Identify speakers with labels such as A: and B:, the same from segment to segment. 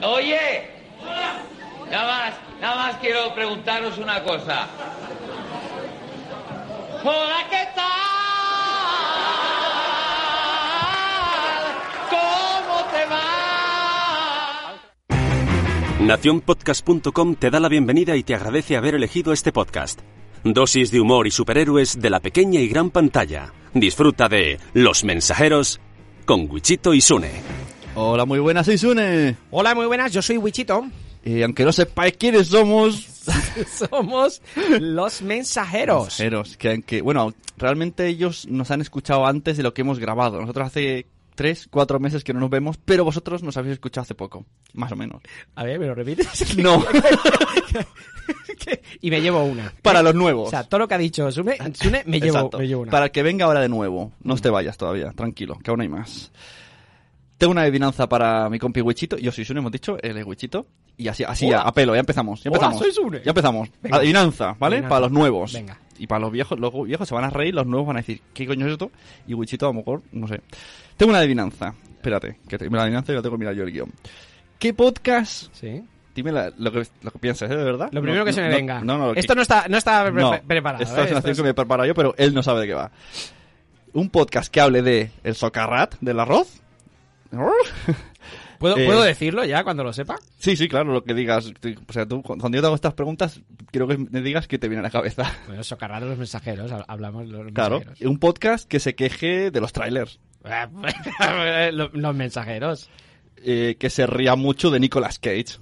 A: Oye, nada más, nada más quiero preguntaros una cosa. Hola, ¿qué tal? ¿Cómo te va?
B: Naciónpodcast.com te da la bienvenida y te agradece haber elegido este podcast. Dosis de humor y superhéroes de la pequeña y gran pantalla. Disfruta de Los Mensajeros con Wichito y Sune.
C: Hola, muy buenas, soy Sune.
D: Hola, muy buenas, yo soy Wichito.
C: Y aunque no sepáis quiénes somos,
D: Somos los mensajeros.
C: mensajeros, que aunque, bueno, realmente ellos nos han escuchado antes de lo que hemos grabado. Nosotros hace tres, cuatro meses que no nos vemos, pero vosotros nos habéis escuchado hace poco, más o menos.
D: A ver, ¿me lo repites?
C: No,
D: y me llevo una.
C: para los nuevos.
D: O sea, todo lo que ha dicho Sune, Sune, me, llevo,
C: Exacto.
D: me llevo una. Mm.
C: Para el que venga ahora de nuevo, no te vayas todavía, tranquilo, que aún hay más. Tengo una adivinanza para mi compi Wichito. Yo soy Sune, hemos dicho, él es Wichito. Y así, así
D: Hola.
C: a pelo, ya empezamos. Ya
D: Hola,
C: empezamos.
D: soy Sune.
C: Ya empezamos.
D: Venga.
C: Adivinanza, ¿vale?
D: Adivinanza.
C: Para los nuevos.
D: Venga.
C: Y para los viejos, los viejos se van a reír, los nuevos van a decir, ¿qué coño es esto? Y Wichito a lo mejor, no sé. Tengo una adivinanza. Espérate, que tengo una adivinanza y la tengo que mirar yo el guión. ¿Qué podcast?
D: Sí.
C: Dime la- lo, que, lo que piensas, ¿eh? De verdad.
D: Lo primero
C: No,
D: que se
C: no,
D: me
C: no,
D: venga.
C: No, no,
D: Esto
C: que-
D: no está, no está pre-
C: no,
D: preparado.
C: Esta
D: ¿eh?
C: es una
D: Esto
C: acción que me he preparado yo, pero él no sabe de qué va. Un podcast que hable de el socarrat, del arroz.
D: ¿Puedo,
C: eh,
D: ¿Puedo decirlo ya cuando lo sepa?
C: Sí, sí, claro, lo que digas. O sea, tú, cuando yo te hago estas preguntas, quiero que me digas qué te viene a la cabeza.
D: Bueno, socarrar a los mensajeros, ha- hablamos de los
C: Claro,
D: mensajeros.
C: un podcast que se queje de los trailers.
D: Eh, los, los mensajeros.
C: eh, que se ría mucho de Nicolas Cage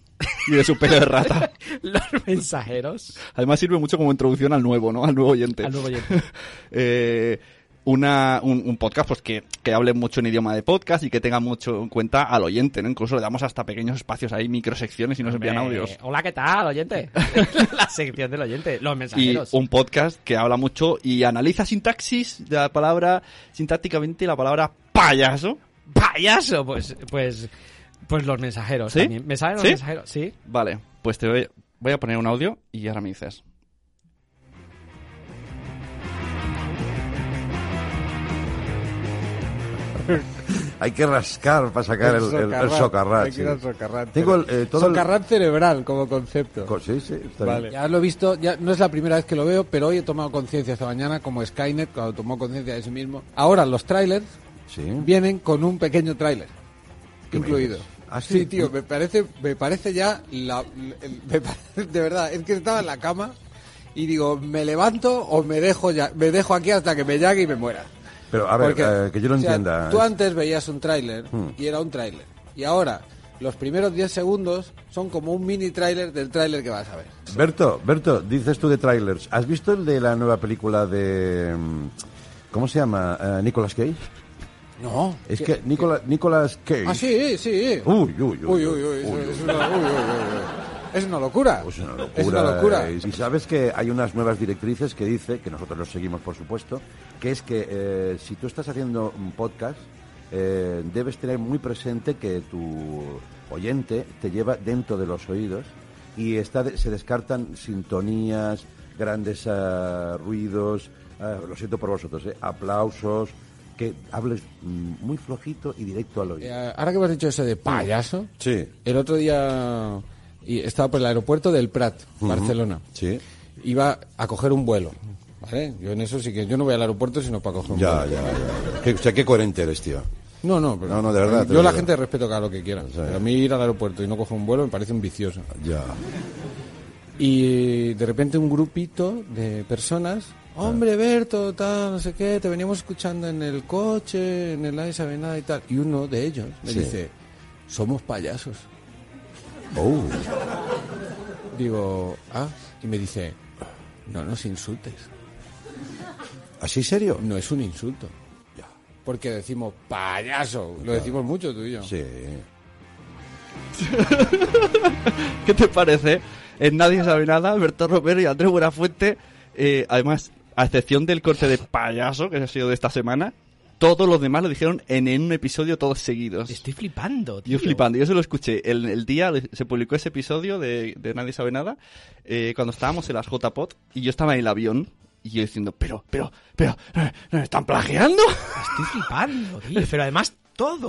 C: y de su pelo de rata.
D: Los mensajeros.
C: Además sirve mucho como introducción al nuevo, ¿no? Al nuevo oyente.
D: Al nuevo oyente.
C: Eh, una, un, un podcast pues que, que hable mucho en idioma de podcast y que tenga mucho en cuenta al oyente, ¿no? Incluso le damos hasta pequeños espacios ahí, microsecciones y nos envían
D: Hombre,
C: audios.
D: Eh, Hola, ¿qué tal, oyente? la sección del oyente. Los
C: Y
D: mensajeros.
C: un podcast que habla mucho y analiza sintaxis de la palabra, sintácticamente la palabra payaso.
D: payaso, pues, pues, pues los mensajeros
C: ¿Sí?
D: también. ¿Me saben los
C: ¿Sí?
D: mensajeros? Sí.
C: Vale, pues te voy, voy a poner un audio y ahora me dices.
E: Hay que rascar para sacar el, el- el socarrat.
F: Hay que
E: sí.
F: ir al socarrat.
E: Tengo el, eh, todo el-
F: Socarrat cerebral como concepto.
E: Co- Sí, sí, está bien.
F: Vale. Ya lo he visto, ya no es la primera vez que lo veo, pero hoy he tomado conciencia esta mañana, como Skynet, cuando tomó conciencia de sí mismo. Ahora los trailers
E: Sí.
F: vienen con un pequeño trailer
E: ¿Qué me
F: incluido.
E: dices? ¿Ah, sí?
F: sí? tío, me parece, me parece ya la- el- me parece- de verdad, es que estaba en la cama y digo, me levanto o me dejo ya, me dejo aquí hasta que me llague y me muera.
E: Pero a ver,
F: Porque,
E: eh, que yo lo
F: o sea,
E: entienda.
F: tú antes veías un tráiler
E: Hmm.
F: y era un tráiler. Y ahora, los primeros 10 segundos son como un mini tráiler del tráiler que vas a ver.
E: Berto, Berto, dices tú de trailers. ¿Has visto el de la nueva película de. mm, ¿Cómo se llama? Eh, ¿Nicolas Cage?
F: No.
E: Es que Nicola- Nicolas Cage.
F: Ah, sí, sí.
E: Uy, uy, uy.
F: Uy, uy, uy,
E: uy,
F: Es, una, uy, uy, uy, uy. Es una locura.
E: Es Pues una locura.
F: Es una locura.
E: eh. Y sabes que hay unas nuevas directrices que dice, que nosotros los seguimos por supuesto, que es que eh, si tú estás haciendo un podcast, eh, debes tener muy presente que tu oyente te lleva dentro de los oídos y está de- se descartan sintonías, grandes ah, ruidos, ah, lo siento por vosotros, eh, aplausos, que hables mm, muy flojito y directo al oído.
F: Eh, Ahora que me has dicho eso
E: Hmm.
F: de payaso,
E: Sí.
F: el otro día y estaba por el aeropuerto del Prat,
E: Hmm.
F: Barcelona.
E: Sí.
F: Iba a coger un vuelo. ¿Vale? Yo en eso sí que yo no voy al aeropuerto sino para coger un
E: ya,
F: vuelo.
E: ya. Qué, o sea, qué coherente eres, tío.
F: No, no, pero
E: No, no, de verdad, te
F: Yo
E: lo
F: la
E: digo.
F: gente respeto que haga lo que quiera. Pero a mí ir al aeropuerto y no coger un vuelo me parece un vicioso.
E: Ya.
F: Y de repente un grupito de personas,
E: Ah.
F: hombre, Berto, tal, no sé qué, te veníamos escuchando en el coche, en el aire sabe nada y tal. Y uno de ellos me
E: Sí.
F: dice, somos payasos.
E: Oh.
F: Digo, ah, y me dice, no nos insultes.
E: ¿Así serio?
F: No es un insulto. Porque decimos payaso, lo decimos mucho tú y yo.
E: Sí.
C: ¿Qué te parece? En Nadie sabe nada, Berto Romero y Andrés Buenafuente. eh, además, a excepción del corte de payaso que ha sido de esta semana, todos los demás lo dijeron en, en un episodio todos seguidos.
D: Estoy flipando,
C: Yo
D: tío.
C: flipando, yo se lo escuché. El, el día de- se publicó ese episodio de, de Nadie sabe nada, eh, cuando estábamos en las JPOT, y yo estaba en el avión, y yo diciendo, pero, pero, pero, ¿no- ¿nos están plagiando?
D: Estoy flipando, tío. Pero además, todo.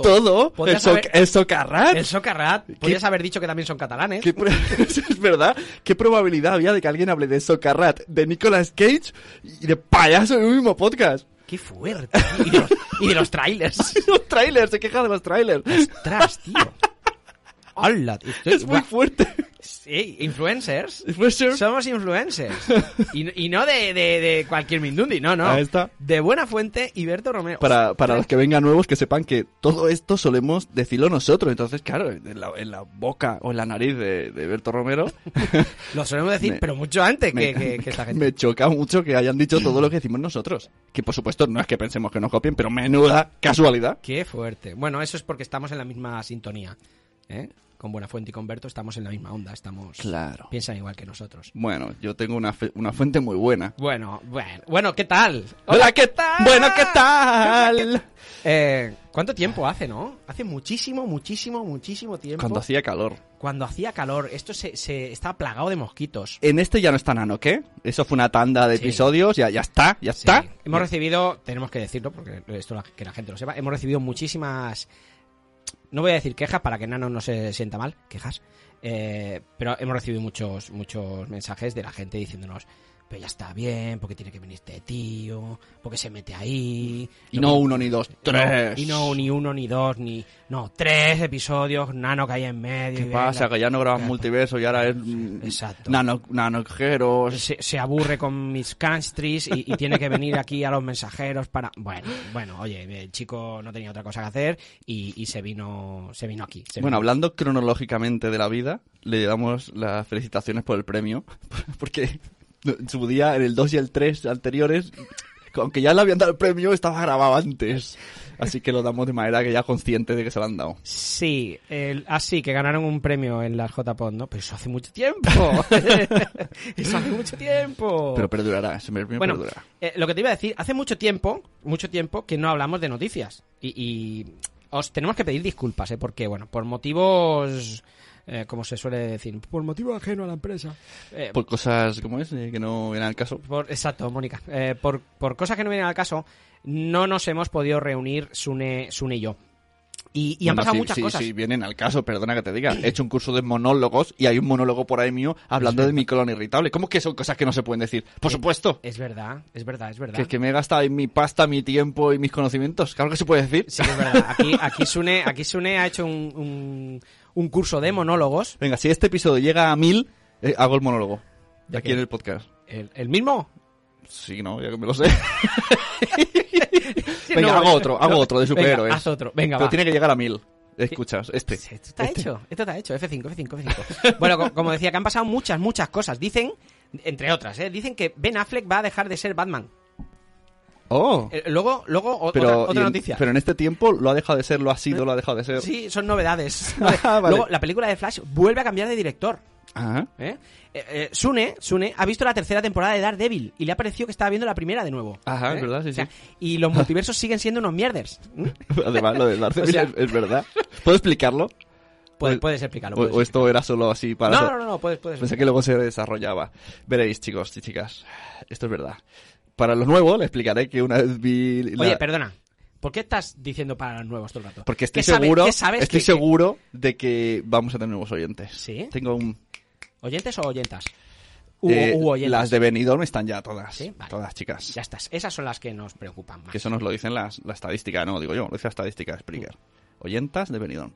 C: Todo, el,
D: Podrías
C: so-
D: haber-
C: el socarrat.
D: El Socarrat. Podrías haber dicho que también son catalanes.
C: ¿Qué pro- es verdad, ¿qué probabilidad había de que alguien hable de Socarrat, de Nicolas Cage y de payaso en un mismo podcast?
D: Qué fuerte. tío. Y de los, y de los trailers.
C: Los trailers, se queja de los trailers.
D: Ostras, tío. Hola, tío. Estoy-
C: Es muy
D: Buah.
C: fuerte.
D: Sí, influencers.
C: Influencer.
D: Somos influencers. Y, y no de, de- de cualquier Mindundi, no, no.
C: Ahí está.
D: De Buena Fuente y Berto Romero.
C: Para, para los que vengan nuevos, que sepan que todo esto solemos decirlo nosotros. Entonces, claro, en la, en la boca o en la nariz de, de Berto Romero,
D: Lo solemos decir,
C: Me-
D: pero mucho antes
C: me,
D: que, que- que esta gente.
C: me choca mucho que hayan dicho todo lo que decimos nosotros. Que por supuesto no es que pensemos que nos copien, pero menuda casualidad.
D: Qué fuerte. Bueno, eso es porque estamos en la misma sintonía. ¿eh? Con Buena Fuente y con Berto estamos en la misma onda. Estamos.
C: Claro.
D: Piensan igual que nosotros.
C: Bueno, yo tengo una, fe- una fuente muy buena.
D: Bueno, bueno, bueno, ¿qué tal?
C: Hola, ¿qué tal? Bueno, ¿qué tal?
D: Eh, ¿Cuánto tiempo hace, no? Hace muchísimo, muchísimo, muchísimo tiempo.
C: Cuando hacía calor.
D: cuando hacía calor, esto se, se estaba plagado de mosquitos.
C: En este ya no está nano, ¿qué? Eso fue una tanda de
D: Sí.
C: episodios, ya, ya está, ya
D: Sí.
C: está.
D: Hemos recibido, tenemos que decirlo, porque esto la- que la gente lo sepa, hemos recibido muchísimas. No voy a decir quejas para que Nano no se sienta mal, quejas. eh, pero hemos recibido muchos, muchos mensajes de la gente diciéndonos. Pero ya está bien, porque tiene que venir este tío, porque se mete ahí.
C: Y
D: Lo
C: no
D: que-
C: uno ni dos, tres.
D: Y no ni uno, ni dos, ni. No, tres episodios, Nano que hay en medio.
C: ¿Qué
D: y
C: pasa?
D: venga.
C: Que ya no grabas multiverso y ahora es mm,
D: Exacto.
C: nano, nanojeros.
D: pues se, se aburre con mis countries y, y tiene que venir aquí a los mensajeros para bueno bueno oye el chico no tenía otra cosa que hacer y, y se vino se vino aquí se
C: Bueno,
D: vino.
C: hablando cronológicamente de la vida, le damos las felicitaciones por el premio, porque en su día, en el 2 y el 3 anteriores, aunque ya le habían dado el premio, estaba grabado antes. Así que lo damos de manera que ya consciente de que se lo han dado.
D: sí el- ah, sí, que ganaron un premio en las JPOD no pero eso hace mucho tiempo eso hace mucho tiempo
C: Pero perdurará, ese premio
D: bueno
C: perdurará.
D: eh, lo que te iba a decir hace mucho tiempo mucho tiempo que no hablamos de noticias y, y os tenemos que pedir disculpas ¿eh? porque bueno por motivos eh, como se suele decir por motivo ajeno a la empresa eh,
C: Por cosas, ¿cómo es? Eh, que no eran el caso.
D: Por- exacto, Mónica. Eh, por, por cosas que no vienen al caso, no nos hemos podido reunir Sune, Sune y yo. Y, y
C: Bueno,
D: han pasado
C: sí,
D: muchas
C: sí,
D: cosas.
C: Sí, vienen al caso, perdona que te diga. He hecho un curso de monólogos y hay un monólogo por ahí mío hablando de mi colon irritable. ¿Cómo que son cosas que no se pueden decir? Por supuesto.
D: Es verdad, es verdad, es verdad.
C: Que, que me he gastado en mi pasta, mi tiempo y mis conocimientos. Claro que se puede decir.
D: Sí, es verdad. Aquí, aquí, Sune, aquí Sune ha hecho un, un, un curso de monólogos.
C: Venga, si este episodio llega a mil, eh, hago el monólogo.
D: ¿De
C: aquí
D: qué?
C: en el podcast.
D: ¿El, el mismo?
C: Sí, no, ya que me lo sé.
D: Sí,
C: Venga,
D: no, eh.
C: hago
D: no,
C: otro, hago
D: no.
C: otro de
D: Venga,
C: superhéroes.
D: haz otro. Venga,
C: Pero
D: va.
C: tiene que llegar a mil. Escuchas, este.
D: Sí, Esto está hecho, esto está hecho, F5, F5, F5. Bueno, co- como decía, que han pasado muchas, muchas cosas. Dicen, entre otras, ¿eh? dicen que Ben Affleck va a dejar de ser Batman.
C: Oh.
D: Eh, luego, luego, o-
C: Pero,
D: otra,
C: y
D: otra
C: en-
D: noticia. ¿Eh?
C: pero en este tiempo lo ha dejado de ser, lo ha sido, lo ha dejado de ser.
D: Sí, son novedades.
C: Ah, vale.
D: Luego, la película de Flash vuelve a cambiar de director.
C: Ajá.
D: ¿eh? Eh, eh, Sune, Sune ha visto la tercera temporada de Daredevil y le ha parecido que estaba viendo la primera de nuevo.
C: Ajá,
D: ¿eh?
C: es verdad, sí,
D: O sea,
C: sí.
D: Y los multiversos siguen siendo unos mierders. ¿m?
C: Además, lo del Darth
D: O sea-
C: Vader es, es verdad. ¿Puedo explicarlo?
D: Puedes,
C: O-
D: puedes explicarlo.
C: o,
D: puedes
C: o esto era solo así para...?
D: explicarlo. No, no, no, no, puedes, puedes
C: Pensé que luego se desarrollaba. Veréis, chicos y chicas, esto es verdad. Para los nuevos, le explicaré que una vez vi... la-
D: Oye, perdona. ¿Por qué estás diciendo para los nuevos todo el rato?
C: Porque estoy
D: ¿Qué sabe-
C: seguro,
D: qué sabes
C: estoy
D: que-
C: seguro de que vamos a tener nuevos oyentes.
D: ¿Sí?
C: Tengo un...
D: que- ¿Oyentes o oyentas? U,
C: eh,
D: u oyentas.
C: las de Benidorm están ya todas.
D: Sí, vale.
C: Todas, chicas.
D: Ya estás. Esas son las que nos preocupan más.
C: Que eso nos lo dicen las, la estadística, no, digo yo, lo dice la estadística de Springer.
D: Mm.
C: Oyentas de Benidorm.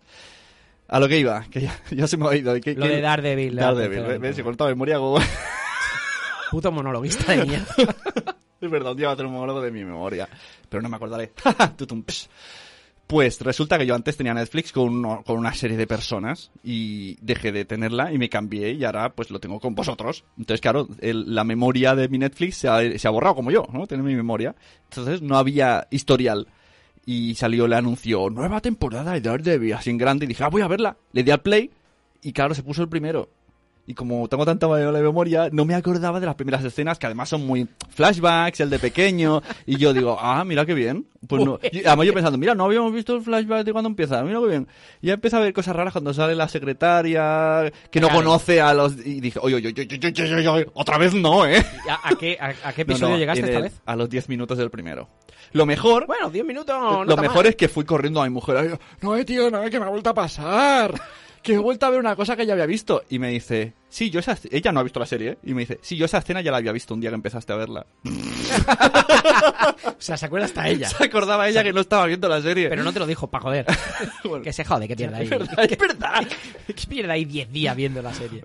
C: A lo que iba, que ya, ya se me ha ido. ¿Qué-
D: Lo
C: qué-
D: de Daredevil, la
C: Daredevil,
D: tercera
C: ¿ves? ¿ves? Se
D: temporada.
C: corta memoria como...
D: Puto monologuista de mierda.
C: Es verdad, un día va a tener un monólogo de mi memoria. Pero no me acordaré. Tutum, psh. pues resulta que yo antes tenía Netflix con, uno- con una serie de personas y dejé de tenerla y me cambié y ahora pues lo tengo con vosotros. Entonces, claro, el- la memoria de mi Netflix se ha, se ha borrado como yo, ¿no? Tiene mi memoria. Entonces no había historial. Y salió el anuncio, nueva temporada de Daredevil, así en grande, y dije, ah, voy a verla. Le di al play Y claro, se puso el primero. Y como tengo tanta mala memoria, no me acordaba de las primeras escenas, que además son muy flashbacks, el de pequeño. Y yo digo, ah, mira qué bien. Pues no. Y además yo pensando, mira, no habíamos visto el flashback de cuando empieza, mira qué bien. Y ya empieza a ver cosas raras cuando sale la secretaria, que no
D: Claro.
C: conoce a los. Y dije, oye, oye, oye, oye, oye, oye, oye, otra vez no, ¿eh?
D: ¿Y ¿A, a qué, a, a qué
C: No,
D: episodio
C: no,
D: llegaste
C: en
D: esta
C: el-
D: vez?
C: A los 10 minutos del primero. Lo mejor.
D: Bueno, 10 minutos. No
C: lo
D: está
C: mejor
D: mal.
C: es que fui corriendo a mi mujer. Ay, No, eh, tío, no, eh, que me ha vuelto a pasar. Que he vuelto a ver una cosa que ya había visto. Y me dice, sí, yo esa. Ella no ha visto la serie, ¿eh? Y me dice, sí, yo esa escena ya la había visto un día que empezaste a verla.
D: O sea, se acuerda hasta ella.
C: Se acordaba ella que no estaba viendo la serie.
D: Pero no te lo dijo, para joder.
C: Bueno.
D: Que se jode, que pierda ahí.
C: Es verdad, es verdad.
D: Que pierda ahí 10 días viendo la serie.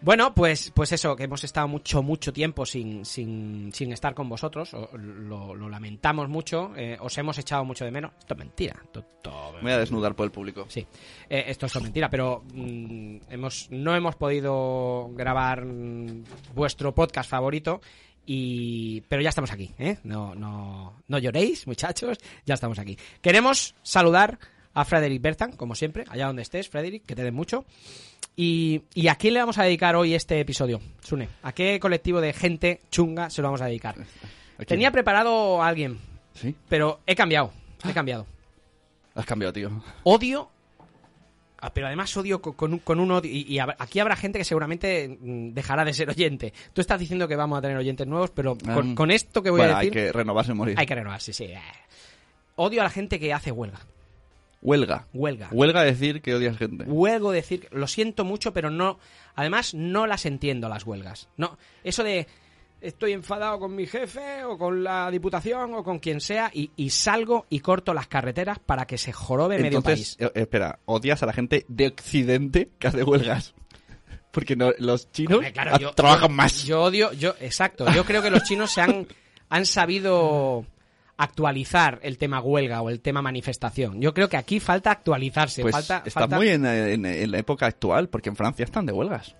D: Bueno, pues, pues eso, que hemos estado mucho, mucho tiempo sin, sin, sin estar con vosotros. O- Lo, lo lamentamos mucho. eh, os hemos echado mucho de menos. Esto es mentira. Esto- esto-
C: Me voy a desnudar por el público.
D: Sí, Eh, esto es todo mentira, pero mm, hemos, no hemos podido grabar mm, vuestro podcast favorito. Y, pero ya estamos aquí, ¿eh? No, no, no lloréis, muchachos, ya estamos aquí. Queremos saludar a Frederick Bertan, como siempre, allá donde estés, Frederick, que te den mucho. Y, ¿Y a quién le vamos a dedicar hoy este episodio, Sune? ¿A qué colectivo de gente chunga se lo vamos a dedicar?
C: Aquí.
D: Tenía preparado a alguien,
C: Sí.
D: pero he cambiado, he cambiado
C: Has cambiado, tío.
D: odio, ah, pero además odio co- con, un- con un odio. Y, y hab- aquí habrá gente que seguramente mm, dejará de ser oyente. Tú estás diciendo que vamos a tener oyentes nuevos, pero con,
C: Ah.
D: con esto que voy
C: Bueno,
D: a decir,
C: hay que renovarse y morir.
D: hay que renovar, sí, sí. eh. Odio a la gente que hace huelga.
C: Huelga.
D: Huelga.
C: Huelga decir que odias gente.
D: Huelgo decir, lo siento mucho, pero no. Además, no las entiendo las huelgas. No, eso de estoy enfadado con mi jefe o con la diputación o con quien sea y, y salgo y corto las carreteras para que se jorobe medio país.
C: Entonces, eh, espera, odias a la gente de Occidente que hace huelgas. Porque no- los chinos
D: Hombre, claro,
C: ha-
D: yo-
C: trabajan
D: yo-
C: más.
D: Yo odio, yo, exacto. Yo creo que los chinos se han, han sabido actualizar el tema huelga o el tema manifestación. Yo creo que aquí falta actualizarse.
C: pues
D: falta,
C: está
D: falta-
C: muy en, en- en la época actual, porque en Francia están de huelgas.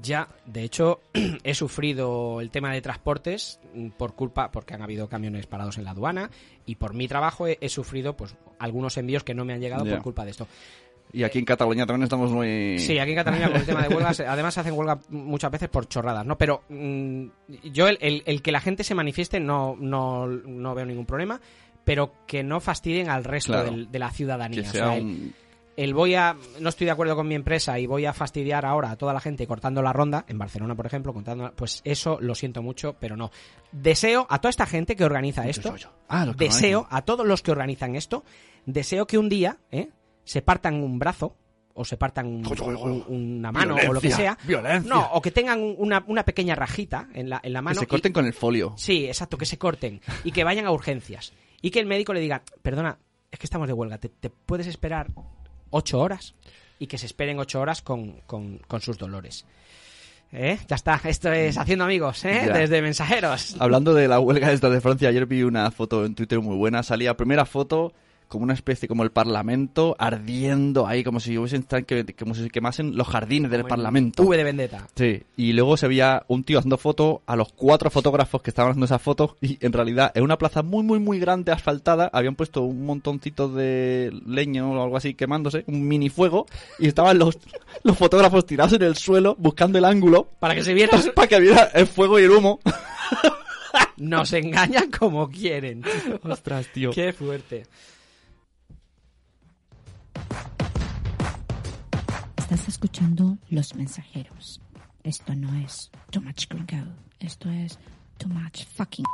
D: Ya, de hecho, he sufrido el tema de transportes mm, por culpa, porque han habido camiones parados en la aduana y por mi trabajo he, he sufrido pues algunos envíos que no me han llegado
C: Ya.
D: por culpa de esto.
C: Y aquí en Cataluña también estamos muy...
D: Sí, aquí en Cataluña con el tema de huelgas, además hacen huelga muchas veces por chorradas, ¿no? Pero mm, yo el, el- el que la gente se manifieste no, no, no veo ningún problema, pero que no fastidien al resto
C: Claro.
D: del- de la ciudadanía.
C: que
D: O
C: sea
D: sea, el-
C: un-
D: el voy a no estoy de acuerdo con mi empresa y voy a fastidiar ahora a toda la gente cortando la ronda en Barcelona por ejemplo contando pues eso lo siento mucho pero no deseo a toda esta gente que organiza esto
C: soy yo. Ah, los que
D: deseo a todos los que organizan esto deseo que un día ¿eh? se partan un brazo o se partan un- un- una mano o lo que sea no o que tengan un- una, una pequeña rajita en la, en la
C: Que
D: mano
C: se
D: y-
C: corten con el folio.
D: Sí, exacto, que se corten y que vayan a urgencias. Y que el médico le diga, perdona, es que estamos de huelga, te, te puedes esperar ocho horas y que se esperen ocho horas con, con- con sus dolores. ¿Eh? Ya está, esto es haciendo amigos, ¿eh?
C: Mm. Ya.
D: desde mensajeros.
C: Hablando de la huelga esta de Francia, ayer vi una foto en Twitter muy buena. Salía primera foto como una especie como el Parlamento ardiendo ahí, como si hubiesen que, como si quemasen los jardines del
D: Como en
C: Parlamento.
D: V de Vendetta.
C: Sí, y luego se veía un tío haciendo fotos a los cuatro fotógrafos que estaban haciendo esas fotos y en realidad en una plaza muy muy muy grande asfaltada habían puesto un montoncito de leño o algo así quemándose, un mini fuego y estaban los, los fotógrafos tirados en el suelo buscando el ángulo
D: Para que se vieran,
C: para que viera el fuego y el humo.
D: nos engañan como quieren.
C: Ostras, tío.
D: Qué fuerte.
G: Estás escuchando Los Mensajeros. Esto no es Too Much Gringo. Esto es Too Much Fucking.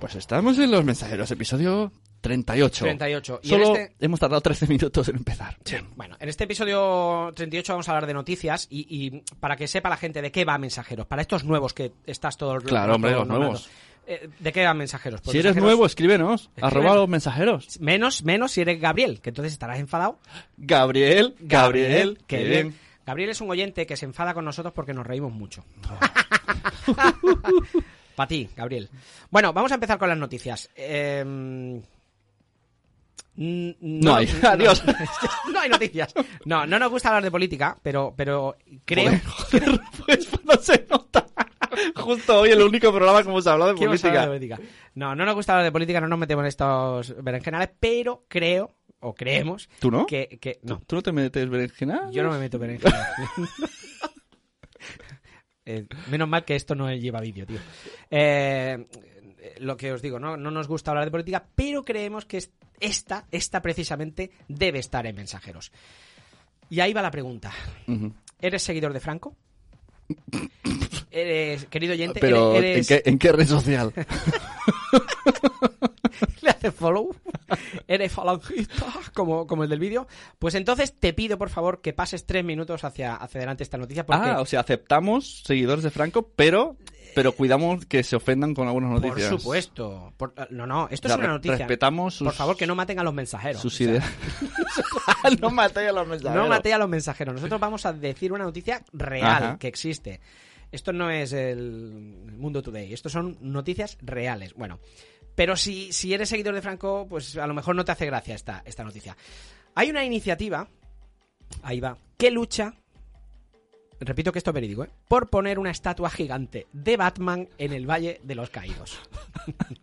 C: Pues estamos en Los Mensajeros, episodio 38.
D: 38. Y en
C: Solo
D: este-
C: hemos tardado 13 minutos en empezar.
D: Bueno, en este episodio 38 vamos a hablar de noticias y, y para que sepa la gente de qué va Mensajeros, para estos nuevos que estás todo el
C: Claro, hombre,
D: todo
C: los
D: nombrando.
C: nuevos.
D: Eh, ¿De qué va Mensajeros? Pues
C: Si eres
D: Mensajeros-
C: nuevo, escríbenos. Arroba
D: Escríbenos.
C: los mensajeros.
D: Menos, menos si eres Gabriel, que entonces estarás enfadado.
C: Gabriel, Gabriel,
D: qué
C: qué
D: bien.
C: bien.
D: Gabriel es un oyente que se enfada con nosotros porque nos reímos mucho. Para ti, Gabriel. Bueno, vamos a empezar con las noticias. Eh, mm, mm,
C: No hay. Adiós.
D: No, hay noticias. No, no nos gusta hablar de política, pero, pero creo
C: Joder, pues no se nota. Justo hoy el único programa que hemos hablado de
D: que hemos
C: política.
D: hablado de política. No, no nos gusta hablar de política, no nos metemos en estos berenjenales, pero creo o creemos
C: ¿Tú no?
D: que, que no,
C: ¿Tú no te metes berenjena?
D: yo no me meto berenjena. Eh, menos mal que esto no lleva vídeo, tío. Eh, eh, lo que os digo, ¿no? no nos gusta hablar de política, pero creemos que es- esta, esta precisamente, debe estar en mensajeros. Y ahí va la pregunta.
C: Ujú.
D: ¿Eres seguidor de Franco? Eres, querido oyente,
C: Pero,
D: eres,
C: ¿en, qué, ¿en qué red social?
D: le haces follow, eres falangista, como, como el del vídeo, pues entonces te pido, por favor, que pases tres minutos hacia, hacia adelante esta noticia, porque,
C: Ah, o sea, aceptamos seguidores de Franco, pero, pero cuidamos que se ofendan con algunas
D: por
C: noticias.
D: supuesto, por- eh, no, no, esto
C: O sea,
D: es una
C: re-
D: noticia.
C: Respetamos sus,
D: Por favor, que no maten a los mensajeros.
C: sus
D: O sea,
C: ideas. no maté a los mensajeros.
D: No maté a los mensajeros. Nosotros vamos a decir una noticia real
C: Ajá.
D: que existe. Esto no es el mundo today. Esto son noticias reales. Bueno, pero si, si eres seguidor de Franco, pues a lo mejor no te hace gracia esta, esta noticia. Hay una iniciativa, ahí va, que lucha, repito que esto es verídico, ¿eh? por poner una estatua gigante de Batman en el Valle de los Caídos.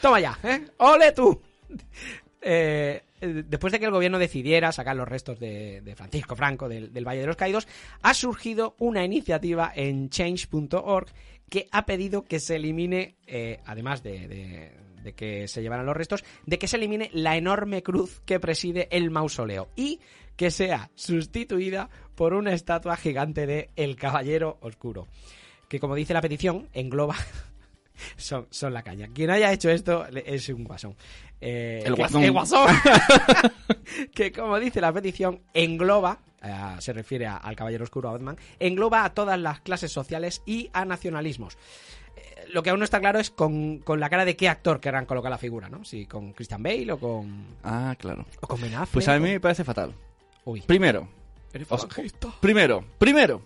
D: Toma ya, ¿eh? ¡Ole tú! Eh, eh, después de que el gobierno decidiera sacar los restos de, de Francisco Franco del, del Valle de los Caídos, ha surgido una iniciativa en change.org que ha pedido que se elimine, eh, además de, de- de que se llevaran los restos, de que se elimine la enorme cruz que preside el mausoleo y que sea sustituida por una estatua gigante de El Caballero Oscuro, que como dice la petición, engloba... Son, son la caña. Quien haya hecho esto le- es un guasón. Eh,
C: El
D: que-
C: guasón.
D: El guasón. que como dice la petición, engloba, eh, se refiere a- al Caballero Oscuro, a Batman, engloba a todas las clases sociales y a nacionalismos. Eh, Lo que aún no está claro es con, con la cara de qué actor querrán colocar la figura, ¿no? Si con Christian Bale o con,
C: Ah, claro.
D: o con Ben Affleck,
C: Pues a mí
D: o-
C: me parece fatal.
D: Uy.
C: Primero.
D: Eres
C: o sea,
D: falangista.
C: Primero, primero.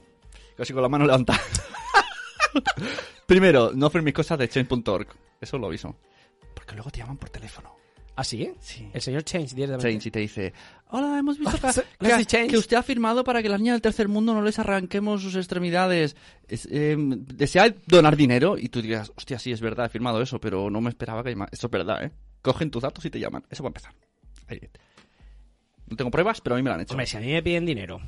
C: Casi con la mano levantada. primero, no hacer mis cosas de change.org. Eso lo aviso. Porque luego te llaman por teléfono.
D: ¿Ah, sí? eh?
C: Sí.
D: El señor Change, directamente.
C: Change y te dice, hola, hemos visto
D: Ah, sí,
C: que,
D: let's
C: que-
D: change.
C: que usted ha firmado para que las niñas del tercer mundo no les arranquemos sus extremidades. Es- eh, ¿Desea donar dinero? Y tú dirás, hostia, sí, es verdad, he firmado eso, pero no me esperaba que llama- Eso es verdad, ¿eh? Cogen tus datos y te llaman. Eso va a empezar. Ahí. No tengo pruebas, pero a mí me la han hecho.
D: Hombre, si a mí me piden dinero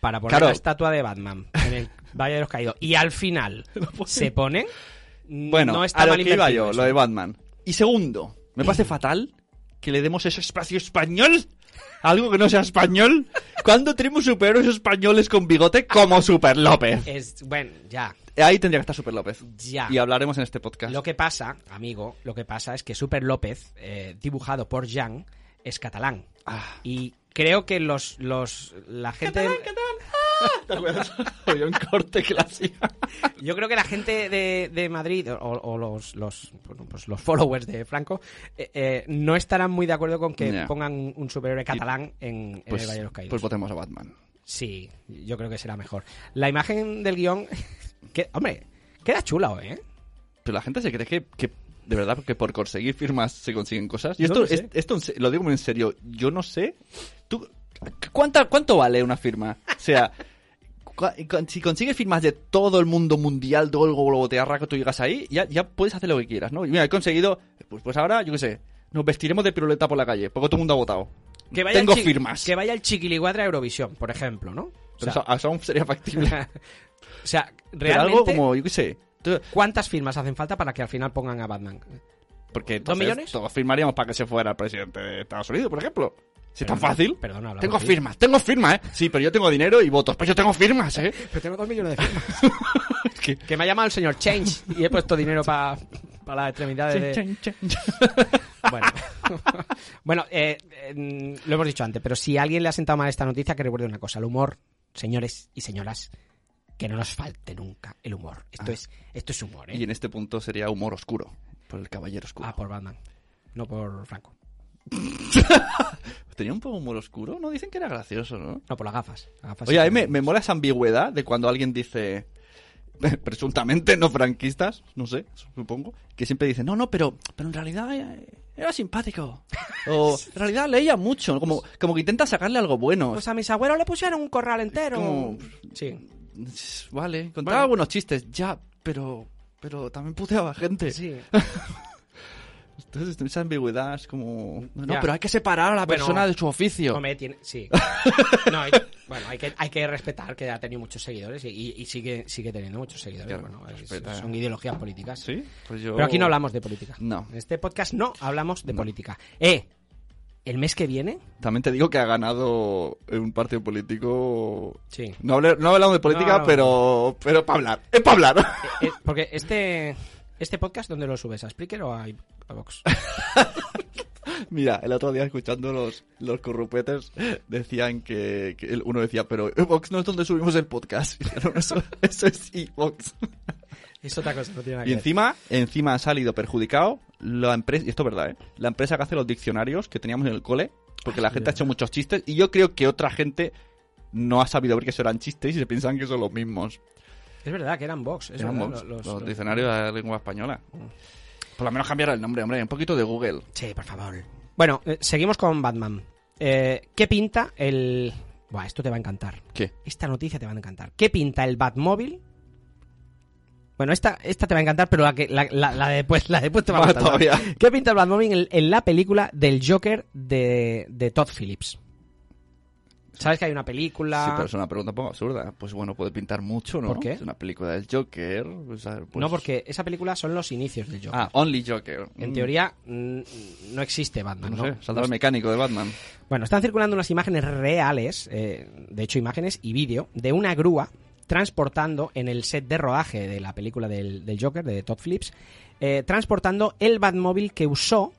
D: para poner
C: Claro.
D: la estatua de Batman en el Valle de los Caídos y al final se ponen,
C: Bueno,
D: no está
C: a lo
D: mal
C: que iba
D: invertido
C: yo,
D: eso.
C: lo de Batman. Y segundo, me parece fatal que le demos ese espacio español. a Algo que no sea español. ¿Cuándo tenemos superhéroes españoles con bigote como Super López?
D: Es, bueno, ya,
C: Ahí tendría que estar Super López.
D: ya.
C: Y hablaremos en este podcast.
D: Lo que pasa, amigo, lo que pasa es que Super López, eh, dibujado por Jan, es catalán.
C: Ah.
D: Y creo que los, los, la gente...
C: ¿Te acuerdas? Había un corte que la hacía.
D: Yo creo que la gente de, de Madrid o, o los, los, bueno, pues los followers de Franco eh, eh, no estarán muy de acuerdo con que
C: Ya.
D: pongan un superhéroe catalán en, en el Valle de los Caídos.
C: pues votemos a Batman.
D: Sí, yo creo que será mejor. La imagen del guión, que, hombre, queda chula, ¿eh?
C: Pero la gente se cree que, que de verdad, que por conseguir firmas se consiguen cosas. Y
D: No
C: esto,
D: lo sé.
C: es- esto en se- lo digo muy en serio. Yo no sé. ¿Tú, cuánta, ¿Cuánto vale una firma? O sea, cua- con- si consigues firmas de todo el mundo mundial, todo el globo terráqueo, tú llegas ahí, ya, ya puedes hacer lo que quieras, ¿no? Y mira, he conseguido. Pues, pues ahora, yo qué sé, nos vestiremos de piruleta por la calle, porque todo el mundo ha votado.
D: Que vaya
C: Tengo
D: el chi-
C: firmas.
D: Que vaya el chiquiliguatra a Eurovisión, por ejemplo, ¿no? O
C: Pero
D: sea,
C: eso, eso aún sería factible.
D: o sea,
C: Pero
D: realmente,
C: algo como, yo qué sé. tú-
D: ¿cuántas firmas hacen falta para que al final pongan a Batman?
C: Porque
D: ¿Dos
C: entonces
D: millones?
C: todos firmaríamos para que se fuera el presidente de Estados Unidos, por ejemplo. Si es tan
D: Perdona,
C: fácil.
D: perdona, hablamos
C: tengo
D: así.
C: firmas, tengo firmas, ¿eh? Sí, pero yo tengo dinero y votos. Pues yo tengo firmas, ¿eh?
D: Pero tengo dos millones de firmas.
C: Es que-
D: Que me ha llamado el señor Change y he puesto dinero para las extremidades de... Bueno, bueno eh, eh, lo hemos dicho antes, pero si a alguien le ha sentado mal esta noticia, que recuerde una cosa: el humor, señores y señoras, que no nos falte nunca el humor. Esto es esto es humor,
C: Ah. Y
D: ¿eh?
C: en este punto sería humor oscuro. Por el caballero oscuro.
D: Ah, por Batman, no por Franco, pues.
C: ¿Tenía un poco humor oscuro? No, dicen que era gracioso, ¿no?
D: no por las gafas. Las gafas
C: Oye,
D: sí
C: a mí me,
D: que-
C: me mola esa ambigüedad de cuando alguien dice, presuntamente no franquistas, no sé, supongo, que siempre dice, no, no, pero, pero en realidad eh, era simpático. O en realidad leía mucho, como, como que intenta sacarle algo bueno.
D: Pues a mis abuelos le pusieron un corral entero.
C: como-
D: Sí,
C: Vale, contaba algunos chistes, ya, pero, pero también puteaba gente.
D: sí.
C: Entonces, esa ambigüedad es como... No, no,
D: Ya.
C: pero hay que separar a la
D: Bueno,
C: persona de su oficio.
D: Hombre, tiene- sí. No, hay- bueno, hay que, hay que respetar que ha tenido muchos seguidores y, y- y sigue, sigue teniendo muchos seguidores.
C: Claro,
D: bueno, es-
C: respeta. eh.
D: son ideologías políticas.
C: Sí, pues yo...
D: Pero aquí no hablamos de política.
C: No.
D: En este podcast no hablamos de política. Eh, el mes que viene.
C: También te digo que ha ganado un partido político...
D: Sí.
C: No, hablé- no hablamos de política,
D: No, no.
C: pero pero para hablar. Es para hablar.
D: Eh, porque este, este podcast, ¿dónde lo subes? ¿A Spreaker o a, i- a Vox?
C: Mira, el otro día escuchando los, los corrupetes decían que, que el- uno decía, pero Evox no es donde subimos el podcast. Y dijeron, eso, eso es Evox.
D: Es otra cosa, no tiene nada
C: Y
D: que ver.
C: encima, encima ha salido perjudicado la empresa, y esto es verdad, ¿eh? la empresa que hace los diccionarios que teníamos en el cole,
D: Ah,
C: porque la gente ha hecho muchos chistes y yo creo que otra gente no ha sabido ver que eso eran chistes y se piensan que son los mismos.
D: Es verdad que eran Vox. es
C: Eran
D: verdad,
C: Vox,
D: los-
C: los,
D: los-
C: diccionarios de la lengua española.
D: Mm.
C: Por lo menos cambiar el nombre, hombre, un poquito de Google.
D: Sí, por favor. Bueno, eh, seguimos con Batman. Eh, ¿Qué pinta el. Buah, esto te va a encantar.
C: ¿Qué?
D: Esta noticia te va a encantar. ¿Qué pinta el Batmóvil? Bueno, esta, esta te va a encantar, pero la, que, la, la- la de después, la de después te va a
C: Más
D: encantar.
C: todavía.
D: ¿Qué pinta el Batmóvil en, en la película del Joker de, de Todd Phillips? ¿Sabes que hay una película?
C: Sí, pero es una pregunta un poco absurda. Pues bueno, puede pintar mucho, ¿no?
D: ¿Por qué?
C: Es una película del Joker. o sea, pues-
D: No, porque esa película son los inicios del Joker.
C: Ah, Only Joker.
D: En
C: Mm.
D: teoría, mm, no existe Batman.
C: No,
D: No, Este
C: sé, saldrá el mecánico de Batman.
D: Bueno, están circulando unas imágenes reales, eh, de hecho imágenes y vídeo, de una grúa transportando en el set de rodaje de la película del, del Joker, de Todd Phillips, eh, transportando el Batmóvil que usó,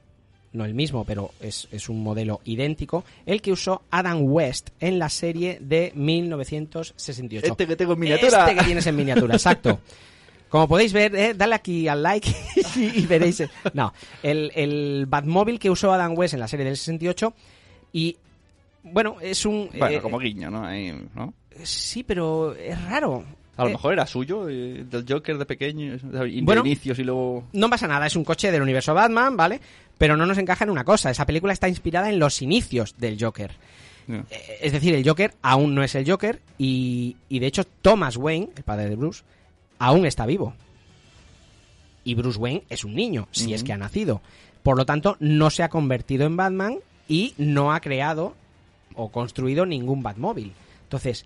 D: no el mismo, pero es, es un modelo idéntico, el que usó Adam West en la serie de 1968.
C: Este que tengo en miniatura.
D: Este que tienes en miniatura, exacto. Como podéis ver, eh, dale aquí al like y, y veréis. eh. No, el, el Batmóvil que usó Adam West en la serie del 68 y bueno, es un
C: Bueno,
D: eh,
C: como guiño, ¿no? Ahí, ¿no?
D: sí, pero es raro.
C: A lo
D: Eh,
C: mejor era suyo, eh, del Joker de pequeño, y
D: Bueno.
C: de inicios y luego...
D: no pasa nada, es un coche del universo Batman, ¿vale? Pero no nos encaja en una cosa, esa película está inspirada en los inicios del Joker.
C: Ya.
D: Eh, Es decir, el Joker aún no es el Joker y, y de hecho Thomas Wayne, el padre de Bruce, aún está vivo. Y Bruce Wayne es un niño, si es que ha nacido. Por lo tanto, no se ha convertido en Batman y no ha creado o construido ningún Batmóvil. Entonces,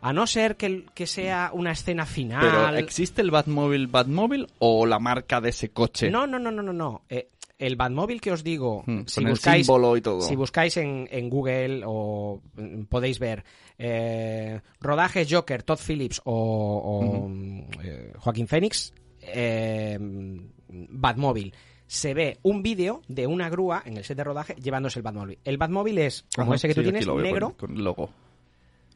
D: a no ser que, el- que sea una escena final...
C: Pero, ¿existe el Batmóvil Batmóvil o la marca de ese coche?
D: No, no, no, no, no, no. Eh, el Batmóvil que os digo,
C: Mm,
D: si
C: con el
D: buscáis,
C: símbolo y todo.
D: si buscáis en, en Google o mm, podéis ver eh, rodajes Joker, Todd Phillips o, o, mm, eh, Joaquín Phoenix, eh, Batmóvil. Se ve un vídeo de una grúa en el set de rodaje llevándose el Batmóvil. El Batmóvil es, como
C: Ajá,
D: ese que tú
C: sí, aquí
D: tienes,
C: lo veo con-
D: negro.
C: Con, el logo.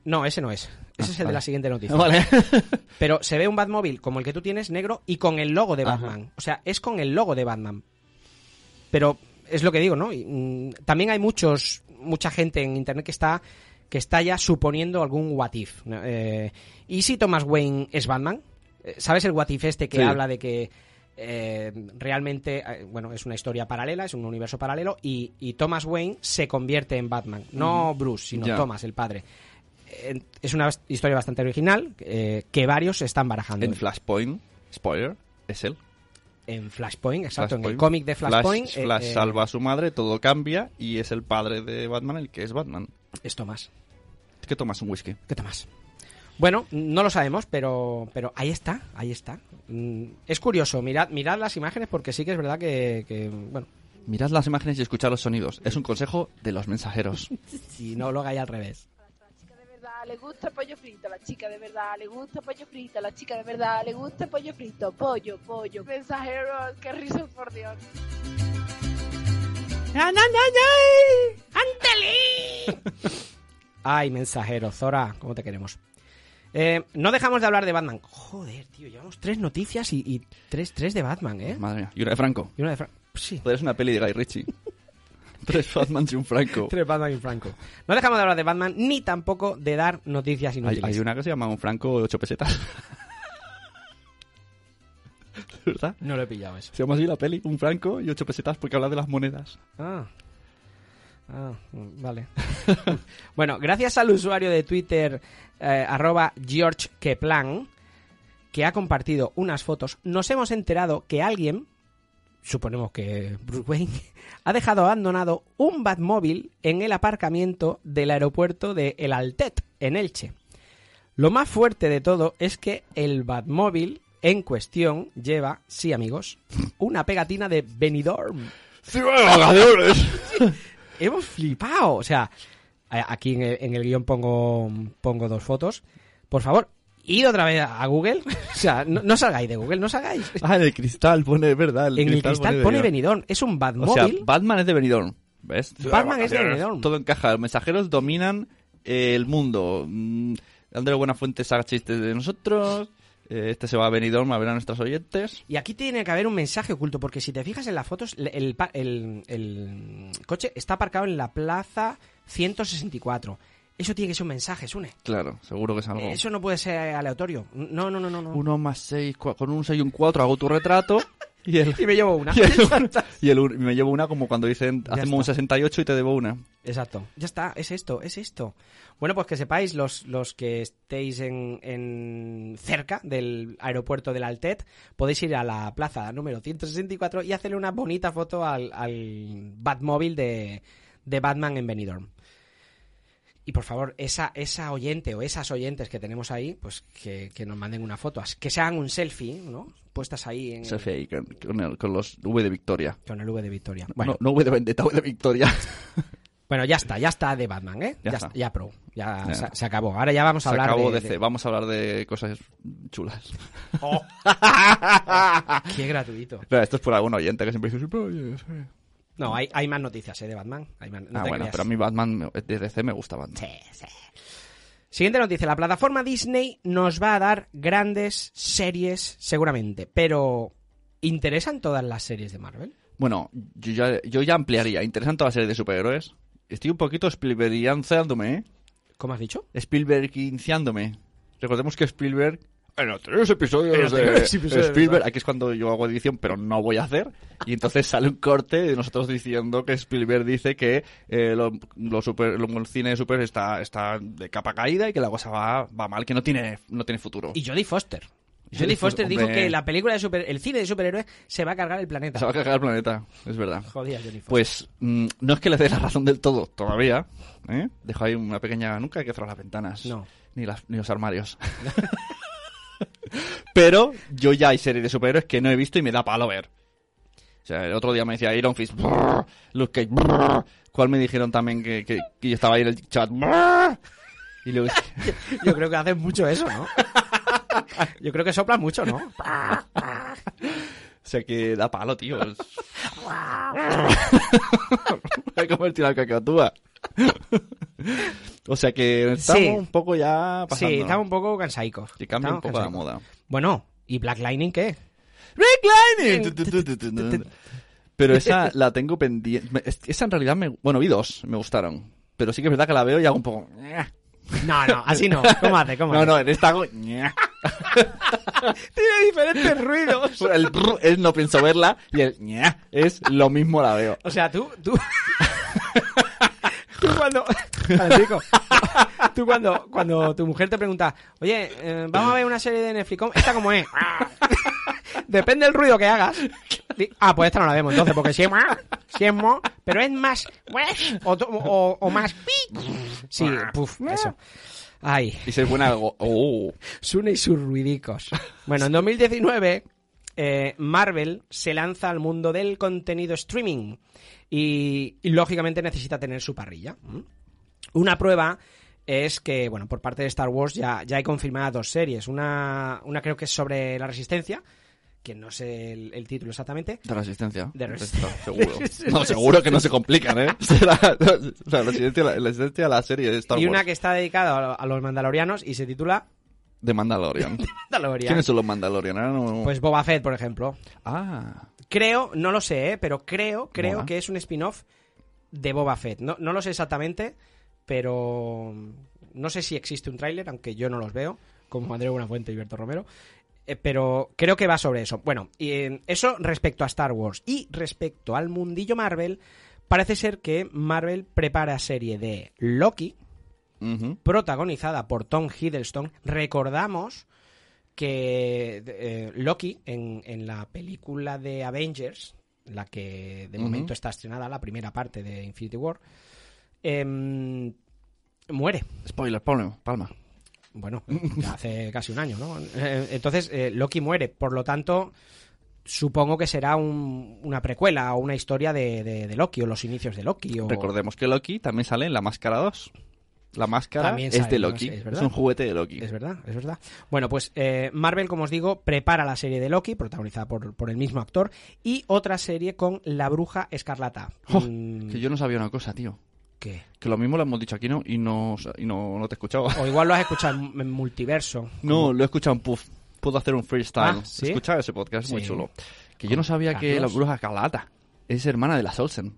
D: No, ese no es. Ese es el de la siguiente noticia.
C: Ah, Vale.
D: Pero se ve un Batmóvil como el que tú tienes, negro, y con el logo de
C: Ajá.
D: Batman. O sea, es con el logo de Batman. Pero es lo que digo, ¿no? Y, mm, también hay muchos, mucha gente en internet que está, que está ya suponiendo algún what if. ¿no? Eh, ¿Y si Thomas Wayne es Batman? Eh, ¿Sabes el what if este que
C: Sí.
D: habla de que eh, realmente, eh, bueno, es una historia paralela, es un universo paralelo, y, y Thomas Wayne se convierte en Batman? No Bruce, sino
C: Ya.
D: Thomas, el padre. Eh, Es una bas- historia bastante original eh, que varios están barajando.
C: En Flashpoint, spoiler, es él.
D: En Flashpoint, exacto, en el
C: Flashpoint.
D: cómic de
C: Flash-
D: Flashpoint. eh,
C: Flash
D: eh,
C: salva a su madre, todo cambia y es el padre de Batman el que es Batman.
D: Es Thomas.
C: ¿Qué tomas un whisky?
D: ¿Qué Tomás? Bueno, no lo sabemos, pero, pero ahí está, ahí está. Mm, Es curioso, mirad, mirad las imágenes porque sí que es verdad que, que, bueno,
C: Mirad las imágenes y escuchad los sonidos. Es un consejo de los mensajeros.
D: si no lo hagáis al revés.
H: La chica de verdad le gusta el pollo frito, a la chica de verdad le gusta el pollo frito, a la chica de verdad le gusta el pollo frito, pollo, pollo. Mensajeros, qué risas, por Dios.
D: Ay, mensajero, Zora, ¿cómo te queremos? Eh, no dejamos de hablar de Batman. Joder, tío, llevamos tres noticias y, y tres, tres de Batman, ¿eh?
C: Madre mía. Y una de Franco.
D: Y una de Fra- Sí.
C: Podrías una peli de Guy Ritchie. Tres Batman y un Franco.
D: Tres Batman y Franco. No dejamos de hablar de Batman ni tampoco de dar noticias
C: Hay,
D: inútiles.
C: hay una que se llama un Franco de ocho pesetas. ¿Verdad?
D: No lo he pillado eso.
C: Se llama así la peli, un Franco y ocho pesetas porque habla de las monedas.
D: Ah. Ah, mm, vale. bueno, gracias al usuario de Twitter eh, arroba George Keplan, que ha compartido unas fotos, nos hemos enterado que alguien suponemos que Bruce Wayne, ha dejado abandonado un Batmóvil en el aparcamiento del aeropuerto de El Altet, en Elche. Lo más fuerte de todo es que el Batmóvil en cuestión lleva, sí amigos, una pegatina de Benidorm.
C: ¡Sí, bueno, vacaciones!
D: Hemos flipado. O sea, a- aquí en el, en el guión pongo, pongo dos fotos. Por favor, id otra vez a Google. O sea, no, no salgáis de Google, no salgáis.
C: Ah, en el cristal pone, ¿verdad?
D: en el cristal pone Benidorm. Es un
C: O sea,
D: Batmóvil.
C: Batman es de Benidorm. ¿Ves?
D: Batman es de Benidorm.
C: Todo encaja. Los mensajeros dominan eh, el mundo. Mm, Andrés Buenafuente saca chistes de nosotros. Eh, este se va a Benidorm a ver a nuestros oyentes.
D: Y aquí tiene que haber un mensaje oculto, porque si te fijas en las fotos, le- el, pa- el- el coche está aparcado en la plaza 164. Eso tiene que ser un mensaje, Sune.
C: Claro, seguro que es algo.
D: Eso no puede ser aleatorio. No, no, no, no. no.
C: Uno más seis, cua- con un 6 y un 4 hago tu retrato. Y el,
D: Y me llevo una.
C: y el- y el un- y me llevo una como cuando dicen,
D: Ya
C: hacemos un
D: está.
C: 68 y te debo una.
D: Exacto. Ya está, es esto, es esto. Bueno, pues que sepáis, los, los que estéis en, en cerca del aeropuerto del Altet, podéis ir a la plaza número 164 y hacerle una bonita foto al, al Batmóvil de, de Batman en Benidorm. Y por favor, esa, esa oyente o esas oyentes que tenemos ahí, pues que, que nos manden una foto, as- que se hagan un selfie, ¿no? Puestas ahí en,
C: Selfie ahí con, con el- con los V de Victoria.
D: con el V de Victoria. Bueno,
C: No, no V de Vendetta, V de Victoria.
D: Bueno, ya está, ya está de Batman, ¿eh?
C: Ya
D: Ya, ya,
C: está.
D: ya pro, ya,
C: Ya.
D: se, se acabó. Ahora ya vamos a
C: Se
D: hablar
C: acabó
D: de,
C: DC. Vamos a hablar de cosas chulas.
D: Qué gratuito.
C: Claro, esto es por algún oyente que siempre dice... "Oye, eh".
D: No, hay, hay más noticias, ¿eh? De Batman. Hay más- no
C: ah,
D: te
C: bueno,
D: creas.
C: pero a mí Batman me- de DC me gusta Batman.
D: Sí, sí. Siguiente noticia. La plataforma Disney nos va a dar grandes series, seguramente. Pero, ¿interesan todas las series de Marvel?
C: Bueno, yo ya, yo ya ampliaría. Interesante la serie de superhéroes. Estoy un poquito Spielbergianzándome, ¿eh?
D: ¿Cómo has dicho?
C: Spielberginciándome. Recordemos que Spielberg... En los tres episodios
D: En los
C: de
D: tres episodios,
C: Spielberg...
D: ¿no?
C: Aquí es cuando yo hago edición, pero no voy a hacer. Y entonces sale un corte de nosotros diciendo que Spielberg dice que eh, lo, lo super- lo- el cine de super está, está de capa caída y que la cosa va, va mal, que no tiene, no tiene futuro.
D: Y Jodie Foster.
C: Jodie
D: Jodie
C: Foster,
D: Foster dijo
C: hombre.
D: que la película de super, el cine de superhéroes se va a cargar el planeta.
C: Se va a cagar el planeta, es verdad.
D: Jodida Jodie Foster.
C: Pues mm, no es que le dé la razón del todo, todavía. ¿eh? Dejo ahí una pequeña... Nunca hay que cerrar las ventanas.
D: No.
C: Ni, las, ni los armarios. Pero yo ya hay series de superhéroes que no he visto y me da palo ver. O sea, el otro día me decía Iron Fist, brr, Luke Cage, brr, cual me dijeron también que, que- que yo estaba ahí en el chat. brr, y luego dije,
D: Yo creo que haces mucho eso, ¿no? Yo creo que soplas mucho, ¿no?
C: o sea, que da palo, tío. Es- Me he convertido en la cacatúa. o sea que estamos
D: Sí.
C: un poco ya pasando.
D: Sí, estamos un poco cansaicos.
C: Que cambia un poco
D: Estamos
C: la
D: cansaicos.
C: moda.
D: Bueno, ¿y Black Lightning qué?
C: Rick Lightning. Pero esa la tengo pendiente. me- es- Esa en realidad me. Bueno, vi dos, me gustaron. Pero sí que es verdad que la veo y hago un poco.
D: No, no, así no. ¿Cómo hace? ¿Cómo
C: No,
D: hace?
C: no, en esta hago.
D: Tiene diferentes ruidos.
C: El brr es no pienso verla y el es lo mismo la veo.
D: O sea, tú, tú... tú cuando... Vale, chico. Tú cuando, cuando tu mujer te pregunta, oye, eh, vamos a ver una serie de Netflix, ¿cómo- ¿esta cómo es? Depende del ruido que hagas. Di- Ah, pues esta no la vemos entonces, porque si es más, si es mo, pero es más, o, to- o, o más, pi. Sí, puf, eso. Ay.
C: Y se pone algo. Oh.
D: Sune y sus ruidicos. Bueno, en 2019 eh, Marvel se lanza al mundo del contenido streaming y, y, lógicamente necesita tener su parrilla. ¿Mm? Una prueba es que, bueno, por parte de Star Wars ya, ya hay confirmadas dos series. Una, una creo que es sobre la resistencia, que no sé el- el título exactamente,
C: De resistencia.
D: De
C: resistencia.
D: Resist-
C: Seguro. No, seguro que no se complican, ¿eh? Será- o sea, resistencia, la resistencia a la serie de Star
D: y una
C: Wars.
D: que está dedicada a- a los mandalorianos y se titula
C: De Mandalorian.
D: Mandalorian.
C: ¿Quiénes son los Mandalorian? Ahora no-
D: Pues Boba Fett, por ejemplo.
C: Ah.
D: Creo, no lo sé, ¿eh? pero creo, creo
C: Mola.
D: que es un spin-off de Boba Fett. No, no lo sé exactamente, pero no sé si existe un tráiler, aunque yo no los veo, como André Buenafuente y Berto Romero. Eh, pero creo que va sobre eso. Bueno, y, eh, eso respecto a Star Wars. Y respecto al mundillo Marvel, parece ser que Marvel prepara serie de Loki,
C: ujú.
D: protagonizada por Tom Hiddleston. Recordamos que eh, Loki en, en la película de Avengers la que de
F: Ujú.
D: momento está estrenada, la primera parte de Infinity War, em, muere.
C: Spoiler, Palma. Palma.
D: Bueno, hace casi un año, ¿no? Eh, Entonces, eh, Loki muere, por lo tanto, supongo que será un- una precuela o una historia de, de- de Loki o los inicios de Loki. O...
C: Recordemos que Loki también sale en La Máscara 2. La máscara
D: También
C: es
D: sale,
C: de
D: no
C: Loki.
D: sé, es
C: Es,
D: verdad.
C: un juguete de Loki.
D: Es verdad, es verdad. Bueno, pues eh, Marvel, como os digo, prepara la serie de Loki, protagonizada por, por el mismo actor, y otra serie con La Bruja Escarlata.
C: Jo,
D: Mm,
C: Que yo no sabía una cosa, tío.
D: ¿qué?
C: Que lo mismo lo hemos dicho aquí, ¿no? Y no, y no, no te escuchaba.
D: O igual lo has escuchado en, en multiverso.
C: No, lo he escuchado en Puff. Puedo hacer un freestyle.
D: Ah, ¿sí?
C: Escuchaba ese podcast, es muy
D: Sí.
C: chulo. Que yo no sabía que la
D: Carlos.
C: bruja Escarlata es hermana de la Solsen.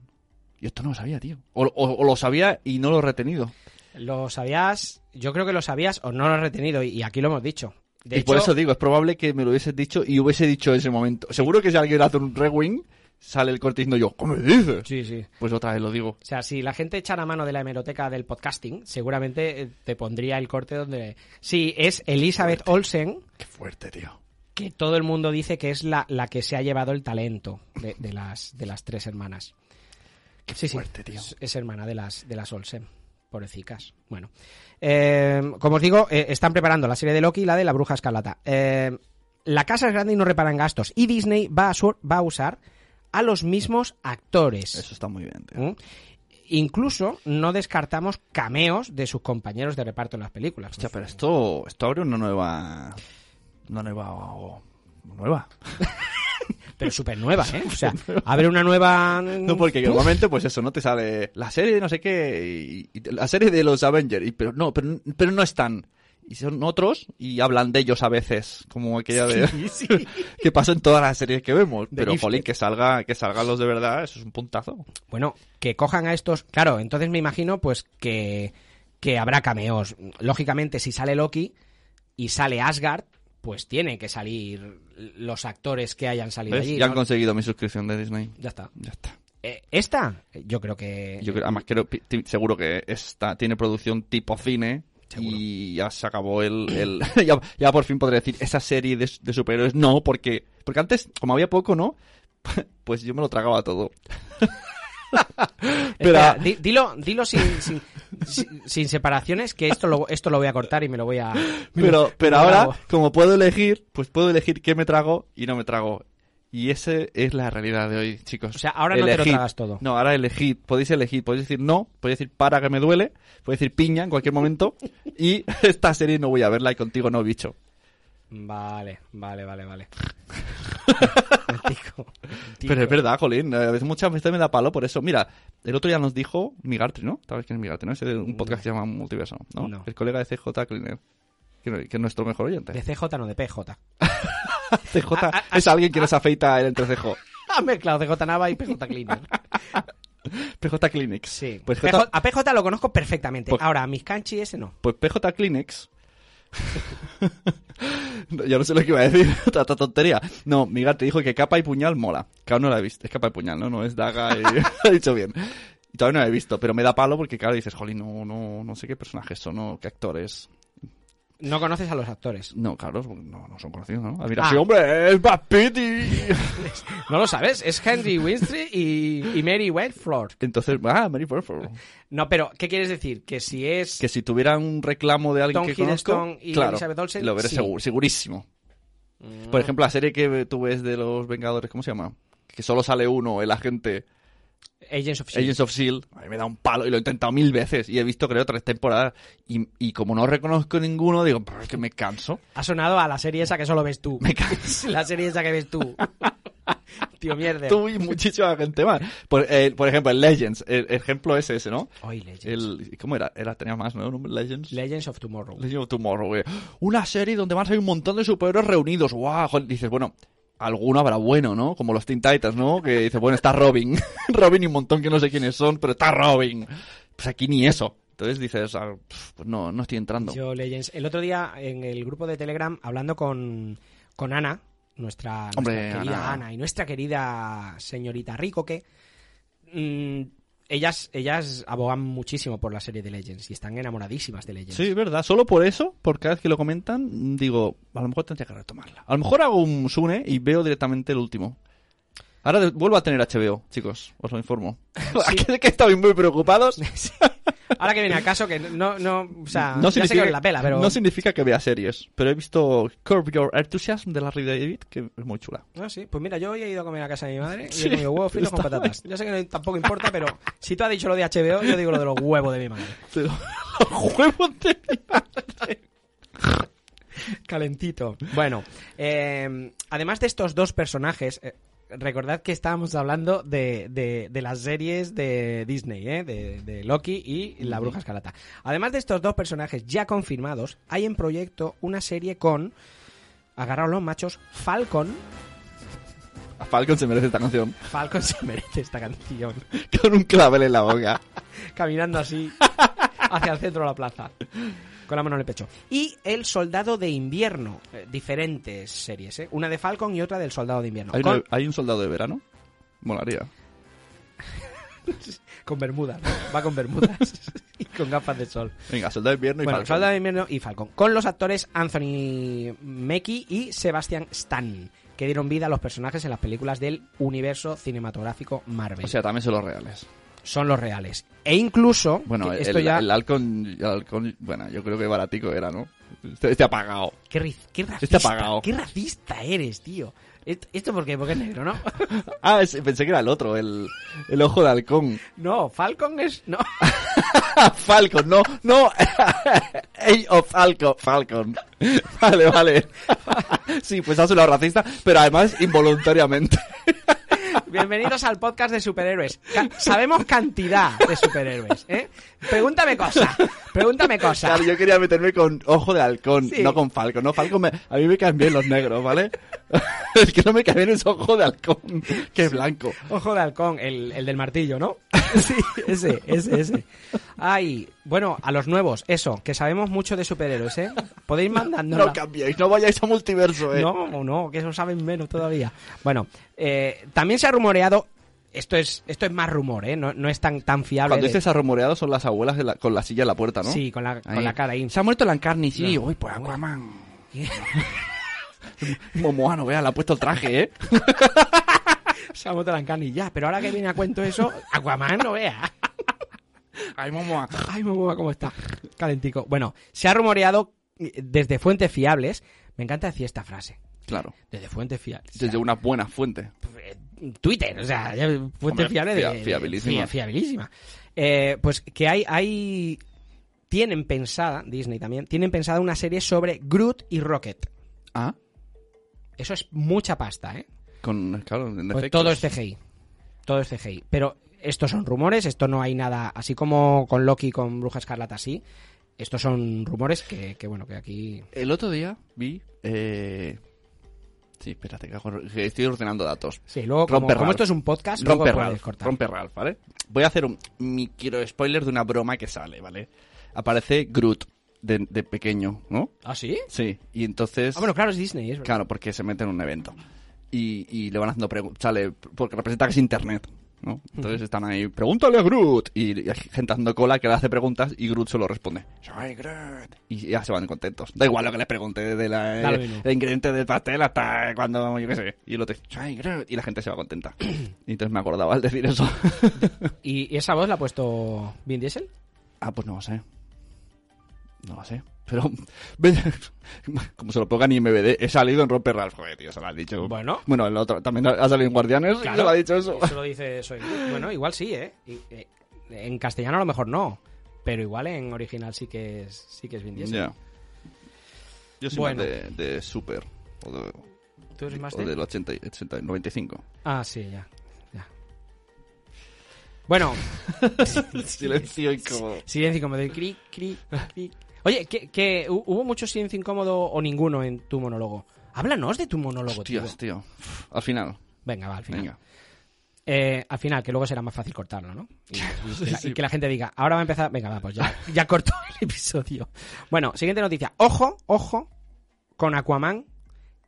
C: Yo esto no lo sabía, tío. O, o- o lo sabía y no lo he retenido.
D: Lo sabías, yo creo que lo sabías o no lo has retenido, y, y aquí lo hemos dicho. De
C: y por
D: hecho,
C: eso digo, es probable que me lo hubieses dicho y hubiese dicho en ese momento. Seguro que si alguien hace un rewind, sale el corte diciendo yo, ¿cómo me dices?
D: Sí, sí.
C: Pues otra vez lo digo.
D: O sea, si la gente echara mano de la hemeroteca del podcasting, seguramente eh, te pondría el corte donde... Sí, es Elizabeth Olsen,
C: Qué fuerte, tío.
D: que todo el mundo dice que es la, la que se ha llevado el talento de, de las, de las tres hermanas. sí,
C: fuerte,
D: sí,
C: tío.
D: Es, es hermana de las, de las Olsen, pobrecicas. Bueno, eh, como os digo, eh, están preparando la serie de Loki y la de la Bruja Escarlata. Eh, la casa es grande y no reparan gastos. Y Disney va a, su- va a usar a los mismos actores.
C: Eso está muy bien, tío.
D: ¿Mm? Incluso no descartamos cameos de sus compañeros de reparto en las películas.
C: Hostia, pero esto, esto abre una nueva. Una nueva. o- nueva.
D: Pero súper nueva, ¿eh? O sea, abre una nueva...
C: No, porque normalmente, pues eso, no te sale la serie de no sé qué, y, y la serie de los Avengers, y, pero no, pero, pero no están. Y son otros y hablan de ellos a veces, como aquella de... que pasa en todas las series que vemos. pero,
D: Gifted.
C: jolín, que, salga, que salgan los de verdad, eso es un puntazo.
D: Bueno, que cojan a estos... Claro, entonces me imagino pues que, que habrá cameos. Lógicamente, si sale Loki y sale Asgard, pues tienen que salir los actores que hayan salido
C: ¿Ves?
D: allí.
C: ya
D: ¿no?
C: han conseguido mi suscripción de Disney.
D: Ya está.
C: Ya está.
D: Eh, ¿Esta? Yo creo que...
C: Yo creo- además, creo, pi- ti- seguro que está, tiene producción tipo cine.
D: Seguro.
C: Y ya se acabó el... el- ya, ya por fin podré decir, esa serie de, de superhéroes, no, porque... Porque antes, como había poco, ¿no? Pues yo me lo tragaba todo.
D: Espera,
C: Pero-
D: di- dilo dilo sin, sin, sin- sin separaciones, que esto lo, esto lo voy a cortar y me lo voy a... me lo-
C: Pero, pero
D: me lo
C: ahora,
D: hago.
C: como puedo elegir, pues puedo elegir qué me trago y no me trago. Y esa es la realidad de hoy, chicos.
D: O sea, ahora no te lo
C: Elegid.
D: tragas todo.
C: No, ahora elegid. Podéis elegir. Podéis decir no, podéis decir para que me duele, podéis decir piña en cualquier momento. y esta serie no voy a verla y contigo no, bicho.
D: Vale, vale, vale, vale.
C: Pero es verdad, Jolín. A veces muchas veces me da palo por eso. Mira, el otro día nos dijo Migartri, ¿no? ¿Sabes quién es Migartri? ¿no? Ese de un podcast que se llama Multiverso, ¿no?
D: No.
C: El colega de CJ Cleaner. Que, que es nuestro mejor oyente.
D: De CJ no, de PJ.
C: CJ
D: Ah, ah,
C: es alguien que nos afeita el entrecejo.
D: Ha mezclado CJ Nava y PJ Cleaner.
C: PJ Clinics.
D: Sí.
C: Pues
D: PJ
C: PJ,
D: a PJ lo conozco perfectamente.
C: Pues-
D: Ahora, a Miscanchi ese no.
C: pues PJ Clinics. No, ya no sé lo que iba a decir, tanta tontería. No, Miguel te dijo que capa y puñal mola. Claro, no la he visto. Es capa y puñal, ¿no? No es daga y... ha dicho bien. Y todavía no la he visto, pero me da palo porque, claro, dices, jolín, no, no, no sé qué personajes son, no, qué actores.
D: No conoces a los actores.
C: No, claro, no, no son conocidos, ¿no? Mira,
D: Ah.
C: sí, hombre, es Brad Pitt y-
D: No lo sabes, es Henry Winstry y, y Mary Whiteford.
C: Entonces, ah, Mary Poppins.
D: No, pero, ¿qué quieres decir? Que si es...
C: Que si tuviera un reclamo de alguien
D: Tom
C: que conozco,
D: Hiddleston y
C: claro,
D: Elizabeth Olsen,
C: lo veré
D: sí. Mm.
C: seguro- segurísimo. Por ejemplo, la serie que tú ves de los Vengadores, ¿cómo se llama? Que solo sale uno, el agente
D: Agents of S.H.I.E.L.D.
C: Agents of S.H.I.E.L.D. E A mí me da un palo y lo he intentado mil veces y he visto, creo, tres temporadas. Y, y como no reconozco ninguno, digo, "Pero es que me canso.
D: Ha sonado a la serie esa que solo ves tú.
C: Me canso.
D: La serie esa que ves tú. Tío, mierda.
C: Tú y muchísima gente más. Por, eh, por ejemplo, el Legends, el ejemplo es ese, ¿no?
D: Hoy, Legends.
C: El, ¿Cómo era? era? Tenía más, ¿no? Legends.
D: Legends of Tomorrow.
C: Legend of Tomorrow, güey. Una serie donde van a salir un montón de superhéroes reunidos. ¡Guau! Joder, Dices, bueno, alguno habrá bueno, ¿no? Como los Teen Titans, ¿no? Que dices, bueno, está Robin. Robin y un montón que no sé quiénes son, pero está Robin. Pues aquí ni eso. Entonces dices, ah, pf, pues no, no estoy entrando.
D: Yo Legends. El otro día en el grupo de Telegram, hablando con, con Ana, nuestra, nuestra
C: Hombre,
D: querida
C: Ana.
D: Ana. y nuestra querida señorita Rico, que mm, ellas, ellas abogan muchísimo por la serie de Legends y están enamoradísimas de Legends.
C: Sí, es verdad. Solo por eso, por cada vez que lo comentan, digo, a lo mejor tendría que retomarla. A lo mejor hago un Sune y veo directamente el último. Ahora de- vuelvo a tener HBO, chicos, os lo informo. Aquí que estáis muy preocupados.
D: Ahora que viene a caso, que no, no, o sea,
C: no,
D: ya sé que
C: significa,
D: os la pela, pero...
C: no significa que vea series, pero he visto Curb Your Enthusiasm de Larry David, que es muy chula.
D: No, sí. Pues mira, yo hoy he ido a comer a casa de mi madre y
C: Sí,
D: he comido huevos fritos con
C: está
D: patatas. Yo sé que no- tampoco importa, pero si tú has dicho lo de HBO, yo digo lo de los huevos de mi madre.
C: Te lo- los huevos de mi madre.
D: Calentito. Bueno, eh, además de estos dos personajes, eh, recordad que estábamos hablando de, de- de las series de Disney, ¿eh? de, de Loki y La Bruja Escarlata. Además de estos dos personajes ya confirmados, hay en proyecto una serie con, agarraos los machos, Falcon.
C: A Falcon se merece esta canción.
D: Falcon se merece esta canción.
C: Con un clavel en la boca.
D: caminando así hacia el centro de la plaza. Con la mano en el pecho. Y El Soldado de Invierno. Eh, diferentes series, ¿eh? Una de Falcon y otra del Soldado de Invierno.
C: ¿Hay,
D: Con,
C: una- hay un soldado de verano? Molaría.
D: con bermudas. ¿no? Va con bermudas. y con gafas de sol.
C: Venga, soldado de invierno y
D: Bueno,
C: Falcon.
D: Soldado de Invierno y Falcon. Con los actores Anthony Mackie y Sebastian Stan. Que dieron vida a los personajes en las películas del universo cinematográfico Marvel.
C: O sea, también son los reales.
D: Son los reales. E incluso.
C: Bueno,
D: que
C: el,
D: esto
C: el,
D: ya-
C: halcón, el halcón- bueno, yo creo que baratico era, ¿no? Este, este apagado.
D: Qué, riz- qué
C: Está
D: racista.
C: apagado.
D: Qué racista eres, tío. Et- ¿Esto por qué? Porque es negro, ¿no?
C: Ah, es- pensé que era el otro, el, el ojo de halcón.
D: No, Falcon es. No.
C: Falcon, no, no. Age of Falcon, Falcon. Vale, vale. Sí, pues ha sido racista, pero además involuntariamente.
D: Bienvenidos al podcast de superhéroes. Ca- sabemos cantidad de superhéroes, ¿eh? Pregúntame cosa. Pregúntame cosa.
C: Claro, yo quería meterme con ojo de halcón,
D: Sí.
C: no con Falcon. No, Falcon me- a mí me caen bien los negros, ¿vale? El que no me cae bien es ojo de halcón, que es blanco.
D: Ojo de halcón, el, el del martillo, ¿no? Sí, ese, ese, ese. Ay, bueno, a los nuevos, eso, que sabemos mucho de superhéroes, ¿eh? Podéis
C: No,
D: mandándonos.
C: cambiéis, no vayáis a multiverso, eh.
D: No, no, que eso saben menos todavía. Bueno, eh, también se ha rumoreado. Esto es, esto es más rumor, ¿eh? No, no es tan, tan fiable.
C: Cuando
D: de-
C: dices arrumoreado son las abuelas de la- con la silla en la puerta, ¿no?
D: Sí, con la, con
C: Ahí.
D: la cara ahí.
C: Se ha muerto la encarni, sí.
D: No.
C: Uy, pues Aquaman. Momoa, no vea, le ha puesto el traje, ¿eh?
D: Se ha muerto la encarnilla. Pero ahora que viene a cuento eso, Aquaman no vea.
C: Ay, Momoa.
D: Ay, me mueva cómo está. Calentico. Bueno, se ha rumoreado eh, desde fuentes fiables. Me encanta decir esta frase.
C: Claro,
D: Desde fuentes fiables. O sea,
C: desde una buena fuente.
D: Twitter, o sea, ya fuente
C: Hombre,
D: fiable de,
C: fia-
D: de-
C: fiabilísima.
D: fia- fiabilísima. Eh, pues que hay, hay, tienen pensada, Disney también, tienen pensada una serie sobre Groot y Rocket.
C: Ah,
D: Eso es mucha pasta, ¿eh?
C: con, claro, en
D: Pues
C: efectos.
D: todo es CGI. Todo es CGI. Pero estos son rumores, esto no hay nada, así como con Loki y con Bruja Escarlata, sí. Estos son rumores que, que, bueno, que aquí...
C: El otro día vi... Eh... Sí, espérate, que hago- que estoy ordenando datos.
D: Sí, luego, como,
C: Rompe
D: como
C: Ralph.
D: esto es un podcast, luego
C: Romper
D: puedes
C: Ralph,
D: cortar.
C: rompe Ralph, ¿vale? Voy a hacer un micro spoiler de una broma que sale, ¿vale? Aparece Groot de, de pequeño, ¿no?
D: ¿Ah, sí?
C: Sí. Y entonces...
D: Ah, bueno, claro, es Disney, es verdad.
C: Claro, porque se mete en un evento. Y, y le van haciendo preguntas. Sale, porque representa que es internet. ¿no? Entonces están ahí, pregúntale a Groot. Y hay gente haciendo cola que le hace preguntas y Groot solo responde, soy Groot. Y ya se van contentos. Da igual lo que les pregunte de la,
D: Da lo mismo.
C: el ingrediente del pastel hasta cuando, yo qué sé. Y el otro, soy Groot. Y la gente se va contenta. y entonces me acordaba al decir eso.
D: ¿Y, y esa voz la ha puesto Vin Diesel?
C: Ah, pues no lo sé. No lo sé. Pero, como se lo pongan IMBD, he salido en Romper Ralph. Joder, tío, se lo has dicho.
D: Bueno.
C: Bueno, el otro también ha salido en Guardianes y se lo ha dicho eso.
D: Eso lo dice Soy Groot. Bueno, igual sí, ¿eh? Y- eh, En castellano a lo mejor no, pero igual en original sí que es, sí que es Vin Diesel.
C: Ya. Yo soy
D: Bueno.
C: más de, de Super. O, de-
D: ¿Tú eres más
C: o
D: de...?
C: del 80, y- 80 y 95.
D: Ah, sí, ya. ya. Bueno,
C: Silencio incómodo.
D: silencio incómodo. y Cric, cric, cric. Oye, que, que hu- hubo mucho silencio incómodo o ninguno en tu monólogo. Háblanos de tu monólogo, tío.
C: Hostias, tío. Uf, Al final.
D: Venga, va, al final.
C: Venga.
D: Eh, al final, que luego será más fácil cortarlo, ¿no? Y, y que la,
C: sí.
D: y que la gente diga, ahora va a empezar. Venga, va, pues ya, ya corto el episodio. Bueno, siguiente noticia. Ojo, ojo, con Aquaman,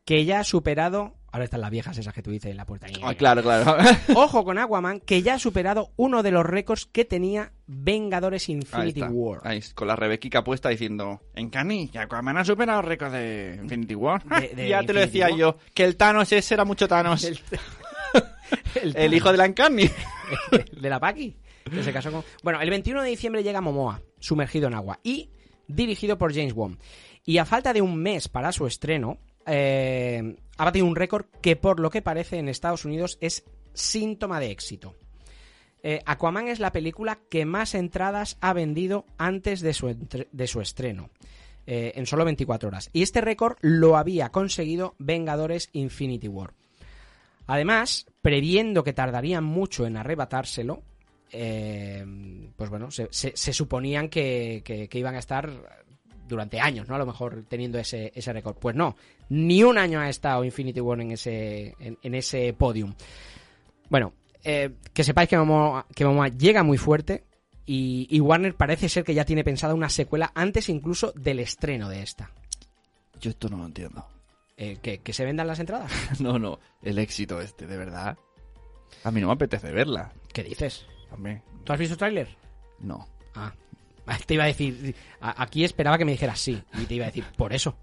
D: que ya ha superado. Ahora están las viejas esas que tú dices en la puerta.
C: Ah, claro, claro.
D: Ojo con Aquaman, que ya ha superado uno de los récords que tenía Vengadores
C: Ahí
D: Infinity
C: está.
D: War.
C: Ahí, con la Rebequica puesta diciendo: En Cani, ya Aquaman ha superado el récord de Infinity War.
D: De- de
C: ya te lo
D: Infinity
C: decía
D: War.
C: yo, que el Thanos ese era mucho Thanos.
D: El- El,
C: El hijo de la Encarni.
D: de la Paki. Que se casó con... Bueno, el 21 de diciembre llega Momoa, sumergido en agua, y dirigido por James Wan. Y a falta de un mes para su estreno, eh, ha batido un récord que por lo que parece en Estados Unidos es síntoma de éxito. Eh, Aquaman es la película que más entradas ha vendido antes de su, entre- de su estreno, eh, en solo 24 horas. Y este récord lo había conseguido Vengadores Infinity War. Además, previendo que tardarían mucho en arrebatárselo, eh, pues bueno, se, se- se suponían que, que- que iban a estar durante años, ¿no? A lo mejor teniendo ese, ese récord. Pues no, ni un año ha estado Infinity War en ese, en, en ese podium. Bueno, eh, que sepáis que Momoa, que Momoa llega muy fuerte y, y Warner parece ser que ya tiene pensada una secuela antes incluso del estreno de esta.
C: Yo esto no lo entiendo.
D: Eh, ¿que, ¿Que se vendan las entradas?
C: No, no, el éxito este, de verdad. A mí no me apetece verla.
D: ¿Qué dices?
C: Hombre,
D: ¿Tú has visto el tráiler?
C: no.
D: Ah, te iba a decir, a- aquí esperaba que me dijeras sí, y te iba a decir, por eso.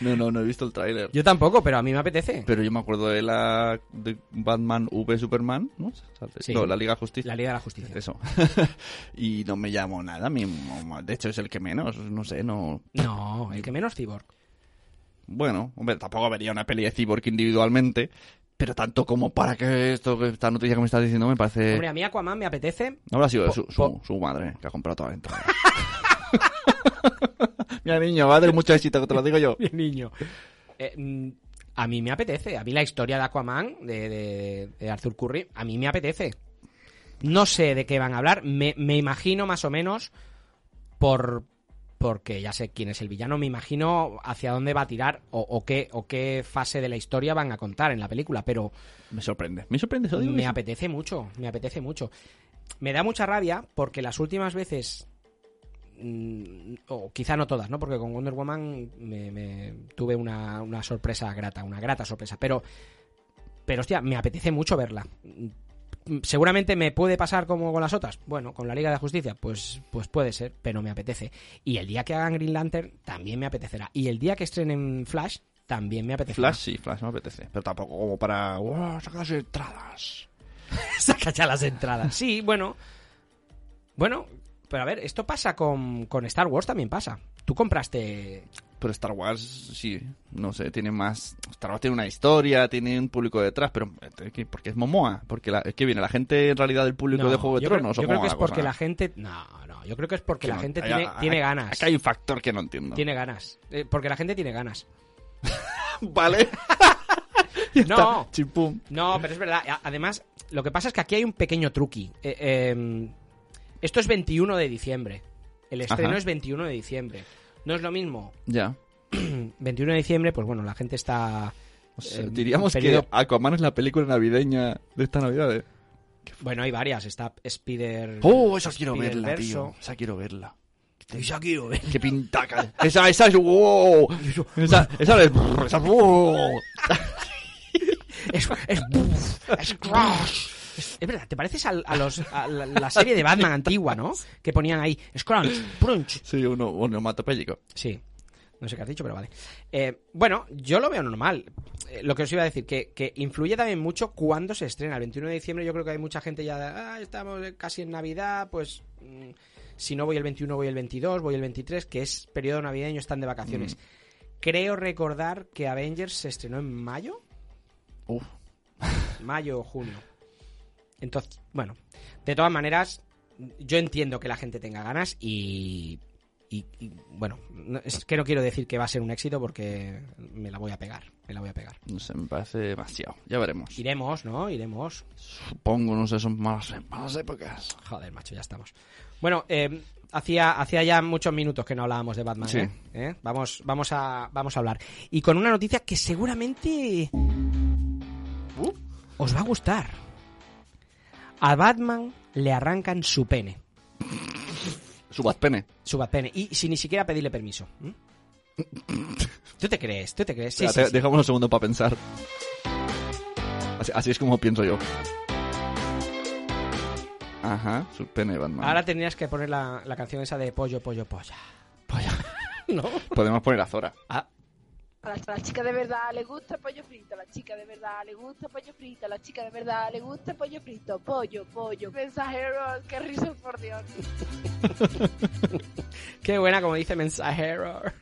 C: No, no, no he visto el tráiler.
D: Yo tampoco, pero a mí me apetece.
C: Pero yo me acuerdo de la de Batman V Superman, ¿no?
D: Sí.
C: No, la Liga de Justicia.
D: La Liga de la Justicia.
C: Eso. y no me llamó nada, mi mamá. de hecho es el que menos, no sé, no...
D: No, el que menos Cyborg.
C: Bueno, hombre, tampoco vería una peli de Cyborg individualmente, pero tanto como para que esto, esta noticia que me estás diciendo me parece...
D: Hombre, a mí Aquaman me apetece.
C: no habrá sido
D: po-
C: su, su-
D: po-
C: su madre que ha comprado toda la entrada. Mira, niño, va a tener mucho éxito, que te lo digo yo.
D: Bien, niño. Eh, mm, a mí me apetece. A mí la historia de Aquaman, de, de- de Arthur Curry, a mí me apetece. No sé de qué van a hablar. Me, me imagino más o menos por porque ya sé quién es el villano. Me imagino hacia dónde va a tirar o, o qué, o qué fase de la historia van a contar en la película. Pero
C: Me sorprende, me sorprende eso. digo,
D: me
C: eso.
D: apetece mucho, me apetece mucho. Me da mucha rabia porque las últimas veces, mm, o quizá no todas, ¿no? Porque con Wonder Woman me, me tuve una, una sorpresa grata, una grata sorpresa. Pero, pero hostia, me apetece mucho verla. Mm, Seguramente me puede pasar como con las otras. Bueno, con la Liga de la Justicia, pues, pues puede ser, pero me apetece. Y el día que hagan Green Lantern, también me apetecerá. Y el día que estrenen Flash, también me apetecerá.
C: Flash sí, Flash me apetece, pero tampoco como para... ¡Wow, saca las entradas!
D: Saca ya las entradas. Sí, bueno. Bueno, pero a ver, esto pasa con, con Star Wars, también pasa. Tú compraste.
C: Pero Star Wars, sí, no sé, tiene más... Star Wars tiene una historia, tiene un público detrás, pero eh, ¿qué? porque es Momoa, porque la- es que viene la gente en realidad del público
D: No,
C: de Juego de
D: yo
C: Tronos.
D: creo,
C: ¿o
D: yo creo
C: cómo
D: que
C: va
D: es
C: cosa?
D: porque la gente. No, no, yo creo que es porque
C: Que
D: la
C: no,
D: gente
C: hay-
D: tiene,
C: hay-
D: tiene
C: hay-
D: ganas.
C: Acá hay un factor que no entiendo.
D: Tiene ganas. Eh, porque la gente tiene ganas.
C: Vale.
D: No,
C: Chimpum.
D: no, pero es verdad. A- Además, lo que pasa es que aquí hay un pequeño truqui. Eh, eh, esto es 21 de diciembre. El estreno
C: Ajá.
D: es 21 de diciembre. No es lo mismo.
C: Ya.
D: 21 de diciembre, pues bueno, la gente está.
C: O sea,
D: eh,
C: Pues, diríamos
D: periodo-
C: que Aquaman es la película navideña de esta Navidad. ¿eh?
D: Bueno, hay varias. Está Spider.
C: Oh, esa quiero
D: Spider
C: verla, tío.
D: Verso.
C: Esa quiero verla.
D: Esa quiero ver.
C: Qué pintaca. esa, esa es. ¡Wow! Esa, esa es. Esa es. ¡Wow!
D: Es, es, es Crash. Es, es verdad, te pareces al- a, los, a la, la serie de Batman antigua, ¿no? Que ponían ahí Scrunch, Crunch.
C: Sí, uno, un onomatopéyico.
D: Sí. No sé qué has dicho, pero vale. Eh, bueno, yo lo veo normal. Eh, lo que os iba a decir, que, que influye también mucho cuando se estrena. El 21 de diciembre yo creo que hay mucha gente ya... de, Ah, estamos casi en Navidad, pues... mm, si no voy el 21, voy el 22, voy el 23, que es periodo navideño, están de vacaciones. Creo recordar que Avengers se estrenó en mayo.
C: Uf.
D: mayo o junio. Entonces, bueno, de todas maneras, yo entiendo que la gente tenga ganas y, y- y, bueno, no- es que no quiero decir que va a ser un éxito porque me la voy a pegar, me la voy a pegar.
C: No sé, me parece demasiado. Ya veremos.
D: Iremos, ¿no? Iremos.
C: Supongo, no sé, son malas, malas épocas.
D: Joder, macho, ya estamos. Bueno, eh, hacía, hacía ya muchos minutos que no hablábamos de Batman.
C: Sí.
D: ¿eh? ¿Eh? Vamos, vamos, a, vamos a hablar. Y con una noticia que seguramente uh, os va a gustar. A Batman le arrancan su pene.
C: Subad pene.
D: Su Batpene. Y sin ni siquiera pedirle permiso. ¿m? ¿Tú te crees? ¿Tú te crees? Sí, sí,
C: Espérate,
D: sí.
C: Dejamos un segundo para pensar. Así, así es como pienso yo. Ajá, su pene Batman.
D: Ahora tendrías que poner la, la canción esa de pollo, pollo, polla. Polla. ¿No?
C: Podemos poner a Zora.
D: Ah,
H: A la, a la chica de verdad le gusta el pollo frito, a la chica de verdad le gusta el pollo frito, a la chica de verdad le gusta el pollo frito, pollo, pollo. Mensajeros, qué risa, por Dios.
D: Qué buena, como dice mensajero.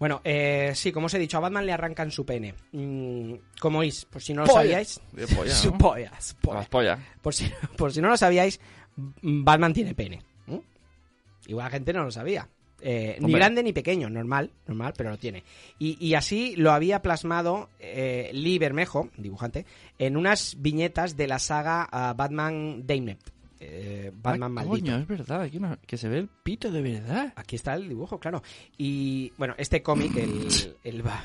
D: Bueno, eh, sí, como os he dicho, a Batman le arrancan su pene. Mm, ¿Cómo es? Por si no lo
C: Polla.
D: sabías.
C: De polla,
D: Su
C: ¿no? Ah.
D: polla, su polla.
C: Las pollas.
D: Por si, por si no lo sabíais, Batman tiene pene. ¿Mm? Igual la gente no lo sabía. Eh, ni
C: Hombre.
D: grande ni pequeño, normal, normal, pero lo tiene. Y, y así lo había plasmado eh, Lee Bermejo, dibujante, en unas viñetas de la saga ah, Batman Damned. eh, Batman
C: Ah,
D: Maldito.
C: Coño, es verdad, aquí una- que se ve el pito de verdad.
D: Aquí está el dibujo, claro. Y bueno, este cómic, el, el Ba-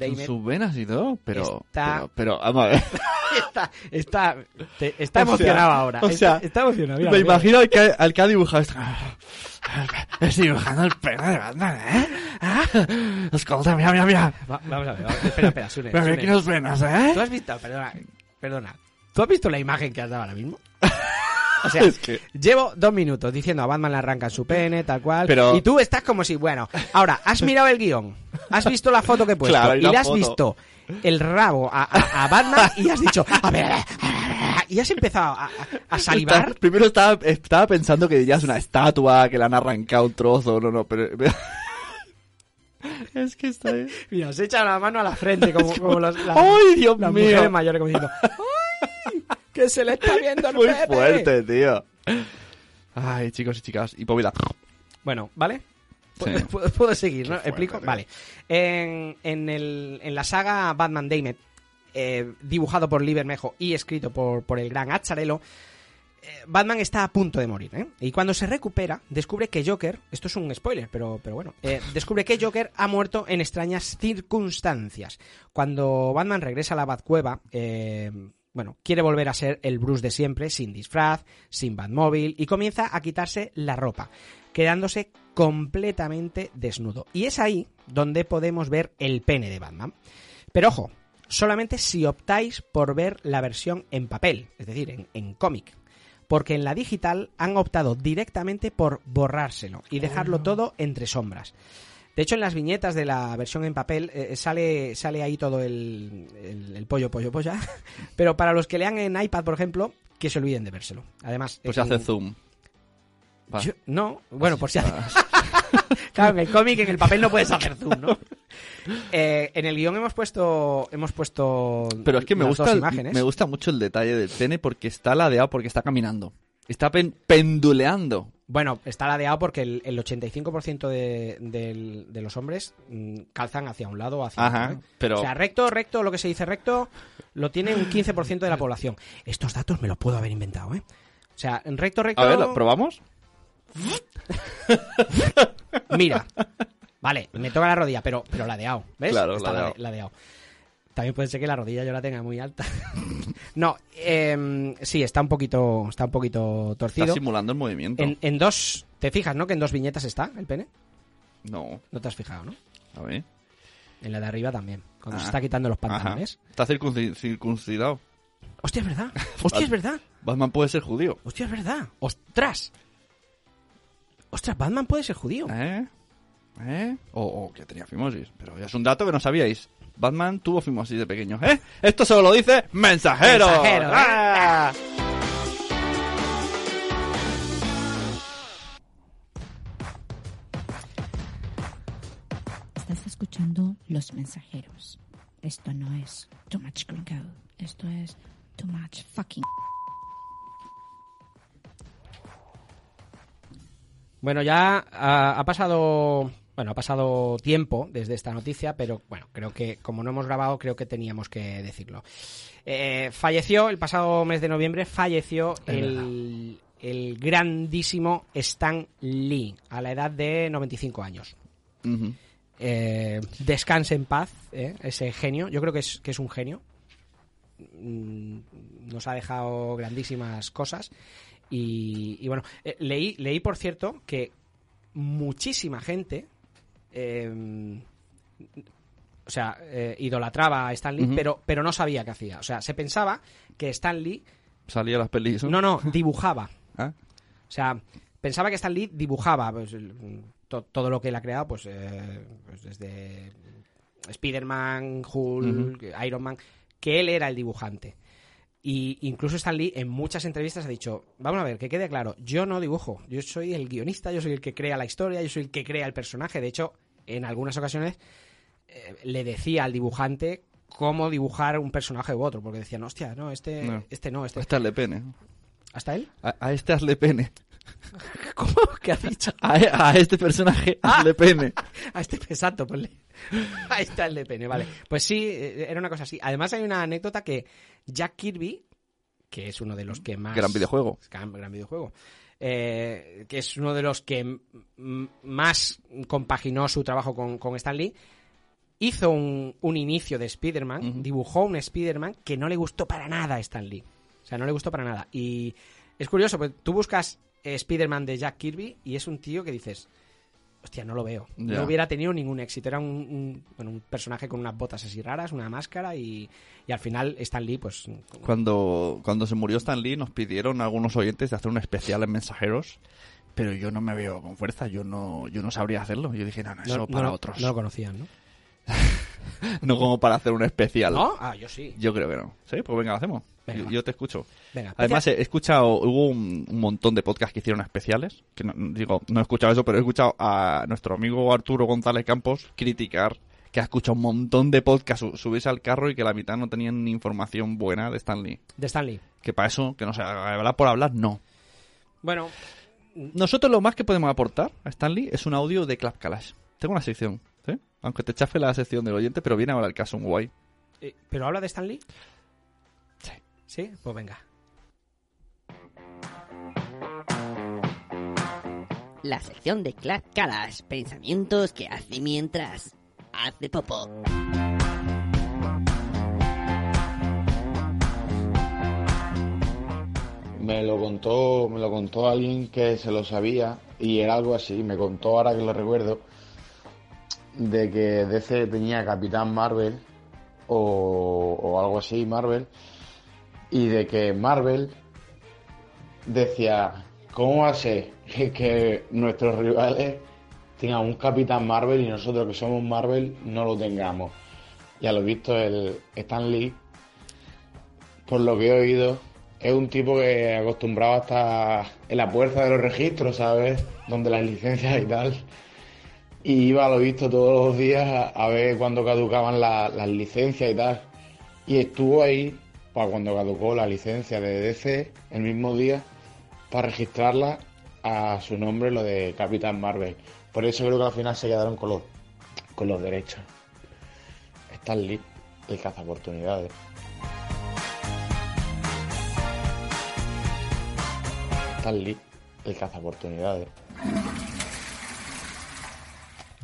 C: Con
D: Damned,
C: sus venas y todo, pero...
D: Está-
C: Pero, pero, vamos a ver.
D: está, está, te- está
C: O sea,
D: emocionado ahora.
C: o
D: Está-
C: sea,
D: está emocionado. mira,
C: Me
D: mira.
C: imagino al que, al que ha dibujado esto. Estoy dibujando el pelo de Batman, ¿eh? Ah, Escolta, mira, mira, mira.
D: Va- vamos a ver, vamos- espera, espera, Sune,
C: Pero mira
D: Sune.
C: aquí los venas, ¿eh?
D: ¿Tú has visto? Perdona, perdona. ¿Tú has visto la imagen que has dado ahora mismo? O sea,
C: que-
D: llevo dos minutos diciendo a Batman le arrancan su pene, tal cual.
C: Pero-
D: Y tú estás como si, bueno, ahora, has mirado el guión, has visto la foto que he puesto
C: Claro, y
D: y,
C: la
D: le has
C: foto.
D: visto el rabo a, a- a Batman y has dicho, a ver, a ver, a ver, a ver", y has empezado a, a- a salivar.
C: Está- primero estaba, estaba pensando que ya es una estatua, que le han arrancado un trozo, no, no, pero... es que está...
D: Mira, se echa la mano a la frente, como, como las, las-
C: ¡Ay, Dios
D: las
C: mío!
D: mujeres mayores, como diciendo, "Ay, ¡Que se le está viendo el
C: Muy
D: pepe".
C: fuerte, tío. Ay, chicos y chicas, y Povida.
D: Bueno, ¿vale?
C: Sí.
D: Pu- ¿Puedo, puedo seguir,
C: Qué
D: no?
C: fuerte,
D: ¿Explico?
C: tío.
D: Vale. En, en el- en la saga Batman Damned, eh, dibujado por Lee Bermejo y escrito por, por el gran Azzarello, eh, Batman está a punto de morir, ¿eh? Y cuando se recupera, descubre que Joker, esto es un spoiler, pero, pero bueno, eh, descubre que Joker ha muerto en extrañas circunstancias. Cuando Batman regresa a la Batcueva, eh, bueno, quiere volver a ser el Bruce de siempre, sin disfraz, sin Batmóvil, y comienza a quitarse la ropa, quedándose completamente desnudo. Y es ahí donde podemos ver el pene de Batman. Pero ojo, solamente si optáis por ver la versión en papel, es decir, en, en cómic. Porque en la digital han optado directamente por borrárselo y dejarlo todo entre sombras. De hecho, en las viñetas de la versión en papel eh, sale, sale ahí todo el, el- el pollo, pollo, polla. Pero para los que lean en iPad, por ejemplo, que se olviden de vérselo. Además,
C: Pues
D: en-
C: hace zoom. Va.
D: yo- no, bueno, por si hace. claro, en el cómic, en el papel no puedes hacer zoom, ¿no? Eh, en el guión hemos puesto. Hemos puesto.
C: Pero es que me
D: las
C: gusta,
D: dos
C: el-
D: imágenes.
C: me gusta mucho el detalle del pene porque está ladeado, porque está caminando. Está pen- penduleando.
D: Bueno, está ladeado porque el, el 85% de, del- de los hombres mm, calzan hacia un lado o hacia
C: Ajá,
D: otro. ¿eh?
C: pero-
D: O sea, recto, recto, lo que se dice recto, lo tiene un 15% de la población. Estos datos me los puedo haber inventado, ¿eh? O sea, en recto, recto.
C: A ver, ¿lo probamos?
D: Mira. Vale, me toca la rodilla, pero, pero ladeado. ¿Ves?
C: Claro,
D: Está
C: ladeado.
D: lade- ladeado. También puede ser que la rodilla yo la tenga muy alta. no, em, sí, está un poquito, está un poquito
C: Está
D: torcido.
C: simulando el movimiento.
D: En, en dos, ¿te fijas, no? Que en dos viñetas está el pene.
C: No,
D: No te has fijado, ¿no?
C: a ver.
D: En la de arriba también. Cuando se
C: Ah.
D: está quitando los pantalones.
C: Ajá. Está circunci- circuncidado.
D: Hostia, es verdad. Hostia, es verdad.
C: Batman puede ser judío.
D: Hostia, es verdad. Ostras. Ostras, Batman puede ser judío.
C: ¿Eh? ¿Eh? O o que tenía fimosis. Pero ya es un dato que no sabíais. Batman tuvo fimosis de pequeño. ¿Eh? Esto solo lo dice mensajero.
D: Mensajero, ¿eh?
C: ¡Ah!
G: Estás escuchando Los Mensajeros. Esto no es Too Much Gringo. Esto es Too Much Fucking.
D: Bueno, ya ha, ha pasado. Bueno, ha pasado tiempo desde esta noticia, pero bueno, creo que como no hemos grabado, creo que teníamos que decirlo. Eh, falleció el pasado mes de noviembre, falleció el, el grandísimo Stan Lee a la edad de 95 años.
C: Ujú.
D: Eh, descanse en paz, ¿eh? ese genio. Yo creo que es, que es un genio. Mm, Nos ha dejado grandísimas cosas. Y, y bueno, eh, leí, leí, por cierto, que muchísima gente. eh, o sea, eh, idolatraba a Stan Lee,
C: Ujú.
D: pero, pero no sabía qué hacía. O sea, se pensaba que Stan Lee.
C: Salía a las pelis. ¿eh?
D: No, no, dibujaba.
C: ¿Ah?
D: O sea, pensaba que Stan Lee dibujaba pues, el- to- todo lo que él ha creado, pues, eh, pues desde Spider-Man, Hulk, Iron Man, que él era el dibujante. Y incluso Stan Lee en muchas entrevistas ha dicho, vamos a ver, que quede claro, yo no dibujo, yo soy el guionista, yo soy el que crea la historia, yo soy el que crea el personaje. De hecho, en algunas ocasiones eh, le decía al dibujante cómo dibujar un personaje u otro, porque decían, hostia, no, este no,
C: No.
D: este no, este...
C: A este hazle pene.
D: ¿Hasta él?
C: A, a este hazle pene.
D: ¿Cómo? ¿Qué has dicho?
C: A, a este personaje
D: Ah.
C: hazle pene.
D: A este exacto, ponle. Ahí está el de pene, vale. Pues sí, eh, era una cosa así. Además hay una anécdota que Jack Kirby, que es uno de los que más...
C: Gran videojuego.
D: Gran, gran videojuego. eh, que es uno de los que mm, más compaginó su trabajo con, con Stan Lee. Hizo un, un inicio de Spider-Man,
C: Ujú.
D: dibujó un Spider-Man que no le gustó para nada a Stan Lee. O sea, no le gustó para nada. Y es curioso, porque tú buscas eh, Spider-Man de Jack Kirby y es un tío que dices, hostia, no lo veo.
C: Ya.
D: No hubiera tenido ningún éxito. Era un, un- bueno, un personaje con unas botas así raras, una máscara y, y al final Stan Lee, pues...
C: Cuando, cuando se murió Stan Lee nos pidieron algunos oyentes de hacer un especial en mensajeros. Pero yo no me veo con fuerza, yo no, yo no sabría hacerlo. Yo dije, no, no, eso
D: no-
C: para
D: no-
C: otros.
D: No lo
C: No,
D: conocían, ¿no?
C: como para hacer un especial.
D: ¿No? Ah, yo sí.
C: Yo creo que no. Sí, pues venga, lo hacemos.
D: Venga.
C: Yo, yo te escucho.
D: Venga. pues
C: Además, he escuchado, hubo un, un montón de podcasts que hicieron especiales, que no, digo, no he escuchado eso, pero he escuchado a nuestro amigo Arturo González Campos criticar que ha escuchado un montón de podcasts su- subirse al carro y que la mitad no tenían ni información buena de Stanley.
D: de Stan Lee.
C: Que para eso, que no se hablar por hablar, no.
D: Bueno,
C: Nosotros lo más que podemos aportar a Stanley es un audio de Clap Calash. Tengo una sección, ¿sí? Aunque te chafe la sección del oyente, pero viene ahora el caso, un guay.
D: eh, ¿pero habla de Stan Lee? Sí. ¿Sí? Pues venga.
I: La sección de Clap Calas, pensamientos que hace mientras hace popo.
J: Me lo contó, me lo contó alguien que se lo sabía y era algo así. Me contó ahora que lo recuerdo de que DC tenía Capitán Marvel o, o algo así, Marvel, y de que Marvel decía, ¿cómo va a ser que, que nuestros rivales tengan un Capitán Marvel y nosotros que somos Marvel no lo tengamos? Ya lo he visto el Stan Lee por lo que he oído, es un tipo que acostumbrado hasta en la puerta de los registros, ¿sabes? Donde las licencias y tal. Y iba a lo visto todos los días a, a ver cuándo caducaban la- las licencias y tal. Y estuvo ahí para cuando caducó la licencia de DC el mismo día para registrarla a su nombre lo de Capitán Marvel. Por eso creo que al final se quedaron con los, con los derechos. Stan Lee, el caza oportunidades. Stan Lee, el caza oportunidades.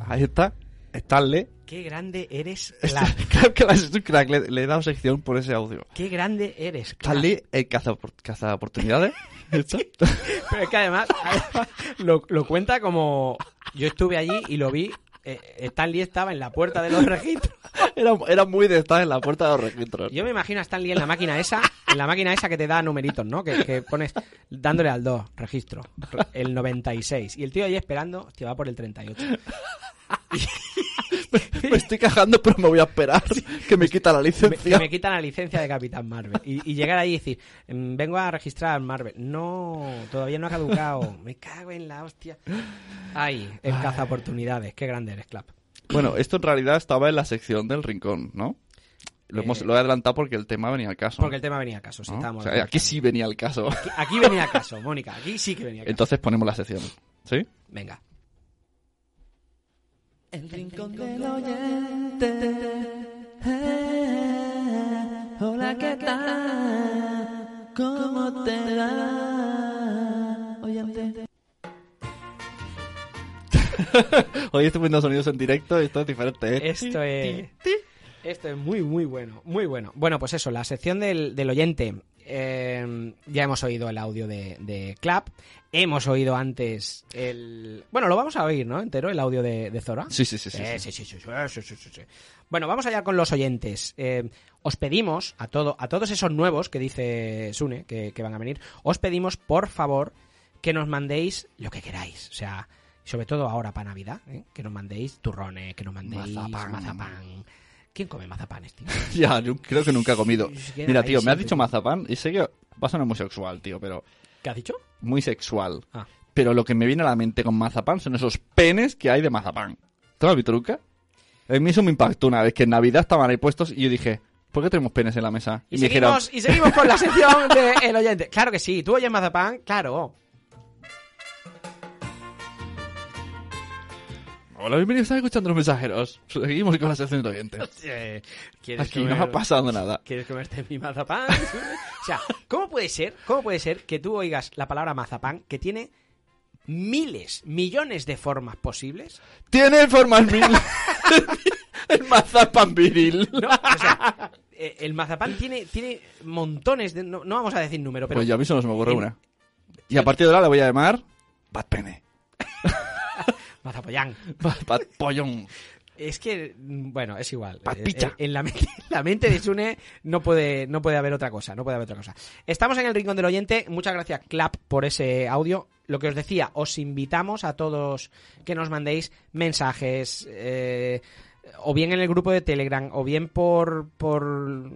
C: Ahí está, Stanley.
D: Qué grande eres,
C: Claro.
D: Clark.
C: que la- es un crack, le, le he dado sección por ese audio.
D: Qué grande eres, Clark.
C: Stan Lee, el caza, caza oportunidades.
D: Pero es que además, además, lo, lo cuenta como yo estuve allí y lo vi. eh, Stan Lee estaba en la puerta de los registros.
C: era, era muy de estar en la puerta de los registros.
D: Yo me imagino a Stan Lee en la máquina esa, en la máquina esa que te da numeritos, ¿no? Que, que pones dándole al 2, registro, re- el 96. Y el tío ahí esperando, hostia, va por el 38.
C: Me estoy cajando, pero me voy a esperar que me quita la
D: Me, que
C: licencia.
D: me quitan la licencia de Capitán Marvel. Y, y llegar ahí y decir, "Mm, vengo a registrar Marvel. No, todavía no ha caducado. Me cago en la hostia. Ay, el caza oportunidades. Qué grande eres, Clap.
C: Bueno, esto en realidad estaba en la sección del rincón, ¿no? Lo, hemos,
D: Eh.
C: lo he adelantado porque el tema venía al caso.
D: Porque el tema venía a caso, sí,
C: ¿no?
D: estábamos.
C: O sea, aquí sí venía al caso.
D: Aquí venía a caso, Mónica, aquí sí que venía a caso.
C: Entonces ponemos la sección. ¿Sí?
D: Venga.
I: El rincón
H: Hola, ¿qué tal? ¿Cómo te va? Oyente.
C: Hoy estoy poniendo sonidos en directo y esto es diferente. ¿eh?
D: Esto es. Esto es muy, muy bueno, muy bueno. Bueno, pues eso, la sección del, del oyente. Eh, ya hemos oído el audio de, de Clap. Hemos oído antes el. Bueno, lo vamos a oír, ¿no? Entero, el audio de, de Zora.
C: Sí, sí, sí. sí,
D: Eh,
C: sí.
D: sí, sí, sí, sí, sí, sí, sí, sí. Bueno, vamos allá con los oyentes. Eh, os pedimos, a, todo, a todos esos nuevos que dice Sune, que, que van a venir, os pedimos, por favor, que nos mandéis lo que queráis. O sea, sobre todo ahora para Navidad, ¿eh? que nos mandéis turrones, que nos mandéis mazapán.
C: Mazapán.
D: ¿Quién come mazapanes, tío?
C: Ya, yo creo que nunca he comido.
D: queda
C: Mira,
D: ahí
C: tío, me has
D: siempre,
C: dicho
D: tío.
C: mazapán y sé que va a sonar muy sexual, tío, pero
D: ¿Qué has dicho?
C: muy sexual.
D: Ah.
C: Pero lo que me viene a la mente con mazapán son esos penes que hay de mazapán. ¿Tú lo has visto nunca? A mí eso me impactó una vez que en Navidad estaban ahí puestos y yo dije, ¿por qué tenemos penes en la mesa?
D: Y,
C: me dijeron,
D: seguimos, y seguimos con la sección del oyente. Claro que sí, tú oyes mazapán, claro.
C: hola, bienvenidos, están escuchando los mensajeros. Seguimos con la sección de oyentes.
D: Eh, ¿quieres
C: Aquí
D: comer-
C: no ha pasado nada.
D: ¿Quieres comerte mi mazapán? o sea, ¿cómo puede ser? ¿Cómo puede ser que tú oigas la palabra mazapán que tiene miles, millones de formas posibles?
C: Tiene formas mil... El mazapán viril.
D: No, o sea, eh, el mazapán tiene, tiene montones de. No, no vamos a decir número, pero.
C: Pues yo a mí solo se me ocurre
D: en-
C: una. Y a partir de ahora la voy a llamar Bad Pene.
D: Mazapollán.
C: Bad, Bad Pollón.
D: Es que, mm, bueno, es igual. Eh,
C: Papicha.
D: eh, En la mente, en la mente de Sune no puede, no puede haber otra cosa, no puede haber otra cosa. Estamos en el rincón del oyente. Muchas gracias, Clap, por ese audio. Lo que os decía, os invitamos a todos que nos mandéis mensajes, eh, o bien en el grupo de Telegram, o bien por, por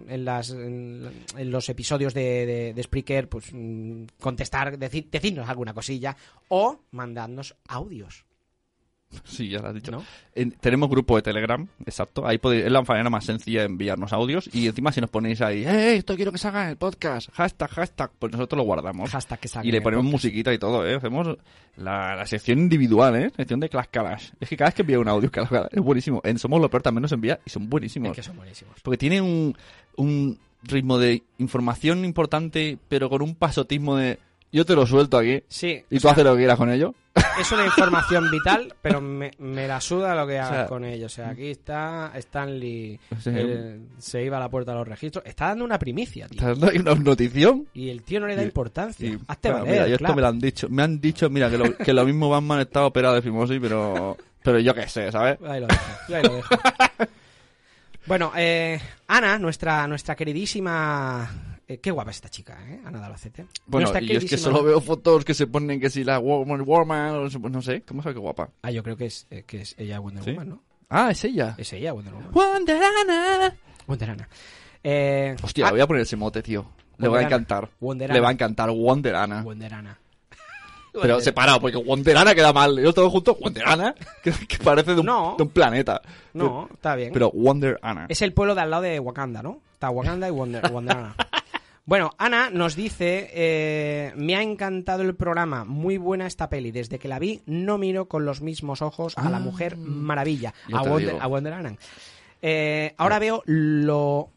D: en, las, en, en los episodios de, de, de Spreaker, pues mm, contestar, decid- decidnos alguna cosilla, o mandadnos audios.
C: Sí, ya lo has dicho.
D: ¿No?
C: En- tenemos grupo de Telegram, exacto. Ahí podéis, es la manera más sencilla de enviarnos audios. Y encima, si nos ponéis ahí, ¡eh, esto quiero que se haga en el podcast! Hashtag, hashtag, pues nosotros lo guardamos.
D: Hashtag que salga
C: y
D: en
C: le
D: el
C: ponemos musiquita y todo, ¿eh? Hacemos la, la sección individual, ¿eh? Sección de Clash Calash. Es que cada vez que envía un audio, Clash Calash, es buenísimo. En Somos lo Peor también nos envía y son buenísimos.
D: Es que son buenísimos.
C: Porque tiene un, un ritmo de información importante, pero con un pasotismo de yo te lo suelto aquí
D: Sí,
C: y
D: o
C: tú haces lo que quieras con ello.
D: es una información vital, pero me, me la suda lo que hagas
C: sea-
D: con ello. O sea, aquí está Stanley,
C: Sí.
D: eh, se iba a la puerta de los registros. Está dando una primicia, tío.
C: Estás dando ahí una notición.
D: Y el tío no le da
C: Y-
D: importancia.
C: y,
D: Hazte
C: claro,
D: valer,
C: mira, yo
D: claro.
C: esto me lo han dicho. Me han dicho, mira, que lo, que lo mismo Batman está operado de fimosis, pero, pero yo qué sé, ¿sabes?
D: Ahí lo dejo, yo ahí lo dejo. bueno, eh, Ana, nuestra, nuestra queridísima... eh, qué guapa es esta chica, ¿eh? Ana de Albacete.
C: Bueno,
D: Nuestra
C: y es que
D: queridísima-
C: solo veo fotos que se ponen que si la Woman, Woman, o no sé, no sé, ¿cómo sabe qué guapa?
D: Ah, yo creo que es, eh, que es ella Wonder
C: ¿Sí?
D: Woman, ¿no?
C: Ah, es ella.
D: Es ella Wonder Woman.
C: Wonder Ana.
D: Wonder Ana. Eh,
C: Hostia,
D: ah,
C: voy a poner ese mote, tío. Le va a
D: Wonder Ana.
C: encantar.
D: Wonder
C: Le va a
D: Ana.
C: encantar Wonder Ana.
D: Wonder Ana.
C: Pero separado, porque Wonderana queda mal. Yo todo junto, Wonderana, que, que parece de un,
D: No.
C: de un planeta.
D: No, está bien.
C: Pero Wonderana.
D: Es el pueblo de al lado de Wakanda, ¿no? Está Wakanda y Wonder, Wanderana. Bueno, Ana nos dice, eh, me ha encantado el programa, muy buena esta peli, desde que la vi no miro con los mismos ojos a la Mujer Maravilla,
C: Mm. Yo
D: a
C: te
D: Wonder,
C: digo.
D: a Wonder Woman. Eh, ahora veo lo...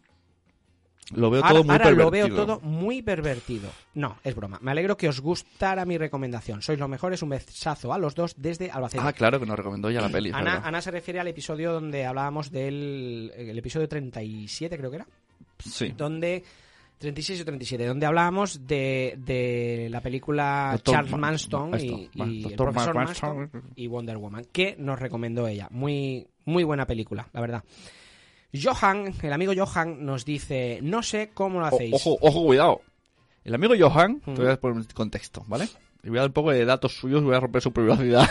C: Lo veo
D: Ahora,
C: todo muy
D: ahora lo
C: pervertido.
D: veo todo muy pervertido. No, es broma. Me alegro que os gustara mi recomendación. Sois los mejores. Un besazo a los dos desde Albacete.
C: Ah, claro, que nos recomendó ya la peli. es
D: Ana,
C: verdad.
D: Ana se refiere al episodio donde hablábamos del el episodio 37, creo que era
C: Sí.
D: donde 36 o 37, donde hablábamos de, de la película
C: Doctor
D: Charles
C: Ma-
D: Manston
C: Ma-
D: y,
C: Ma-
D: y el
C: Doctor Ma-
D: profesor
C: Manston.
D: Manston y Wonder Woman, que nos recomendó ella. Muy, muy buena película, la verdad. Johan, el amigo Johan, nos dice, no sé cómo lo
C: O-
D: hacéis.
C: ojo, ojo, cuidado. El amigo Johan,
D: Mm.
C: te voy a poner un contexto, ¿vale? Le voy a dar un poco de datos suyos, voy a romper su privacidad.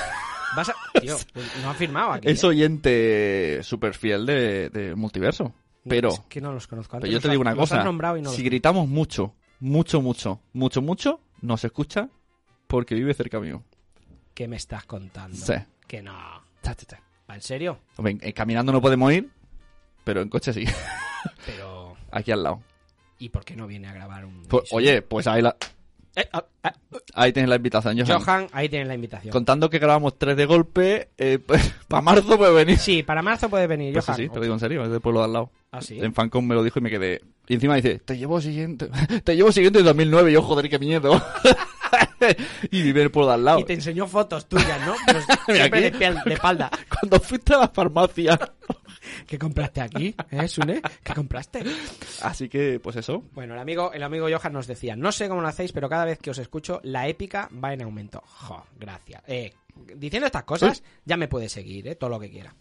D: Vas a- Tío, pues no ha firmado aquí.
C: Es
D: ¿eh?
C: oyente súper fiel de, de Multiverso. Pero,
D: Es que no los conozco.
C: pero
D: Antes
C: yo
D: los
C: te
D: ha-
C: digo una
D: los
C: cosa.
D: has nombrado y no
C: si
D: los-
C: gritamos mucho, mucho, mucho, mucho, mucho, nos escucha porque vive cerca mío.
D: ¿Qué me estás contando?
C: Sí.
D: Que no.
C: Cha, cha, cha.
D: ¿En serio?
C: Hombre, en- eh, caminando no podemos ir, pero en coche sí,
D: Pero...
C: aquí al lado.
D: ¿Y por qué no viene a grabar un...
C: Pues,
D: episodio?
C: oye, pues ahí, la,
D: Eh, ah, ah,
C: ahí tienes la invitación, Johan.
D: Johan, ahí tienes la invitación.
C: Contando que grabamos tres de golpe, para marzo puede venir.
D: Sí, para marzo puede venir,
C: Pues sí,
D: Johan.
C: sí, te lo digo en serio, es del pueblo de al lado.
D: Ah, sí.
C: En Fancom me lo dijo y me quedé. Y encima dice, te llevo siguiente, te llevo siguiente en 2009, y yo, joder, qué miedo. y vive en el pueblo de al lado.
D: Y te enseñó fotos tuyas, ¿no? Pues
C: Mira
D: siempre de,
C: aquí.
D: piel- de espalda.
C: Cuando fuiste a la farmacia.
D: ¿Qué compraste aquí? ¿Eh, Sune? ¿Qué compraste?
C: Así que, pues eso.
D: Bueno, el amigo, el amigo Johan nos decía, no sé cómo lo hacéis, pero cada vez que os escucho, la épica va en aumento. Jo, gracias. Eh, diciendo estas cosas, ya me puede seguir, ¿eh? Todo lo que quiera.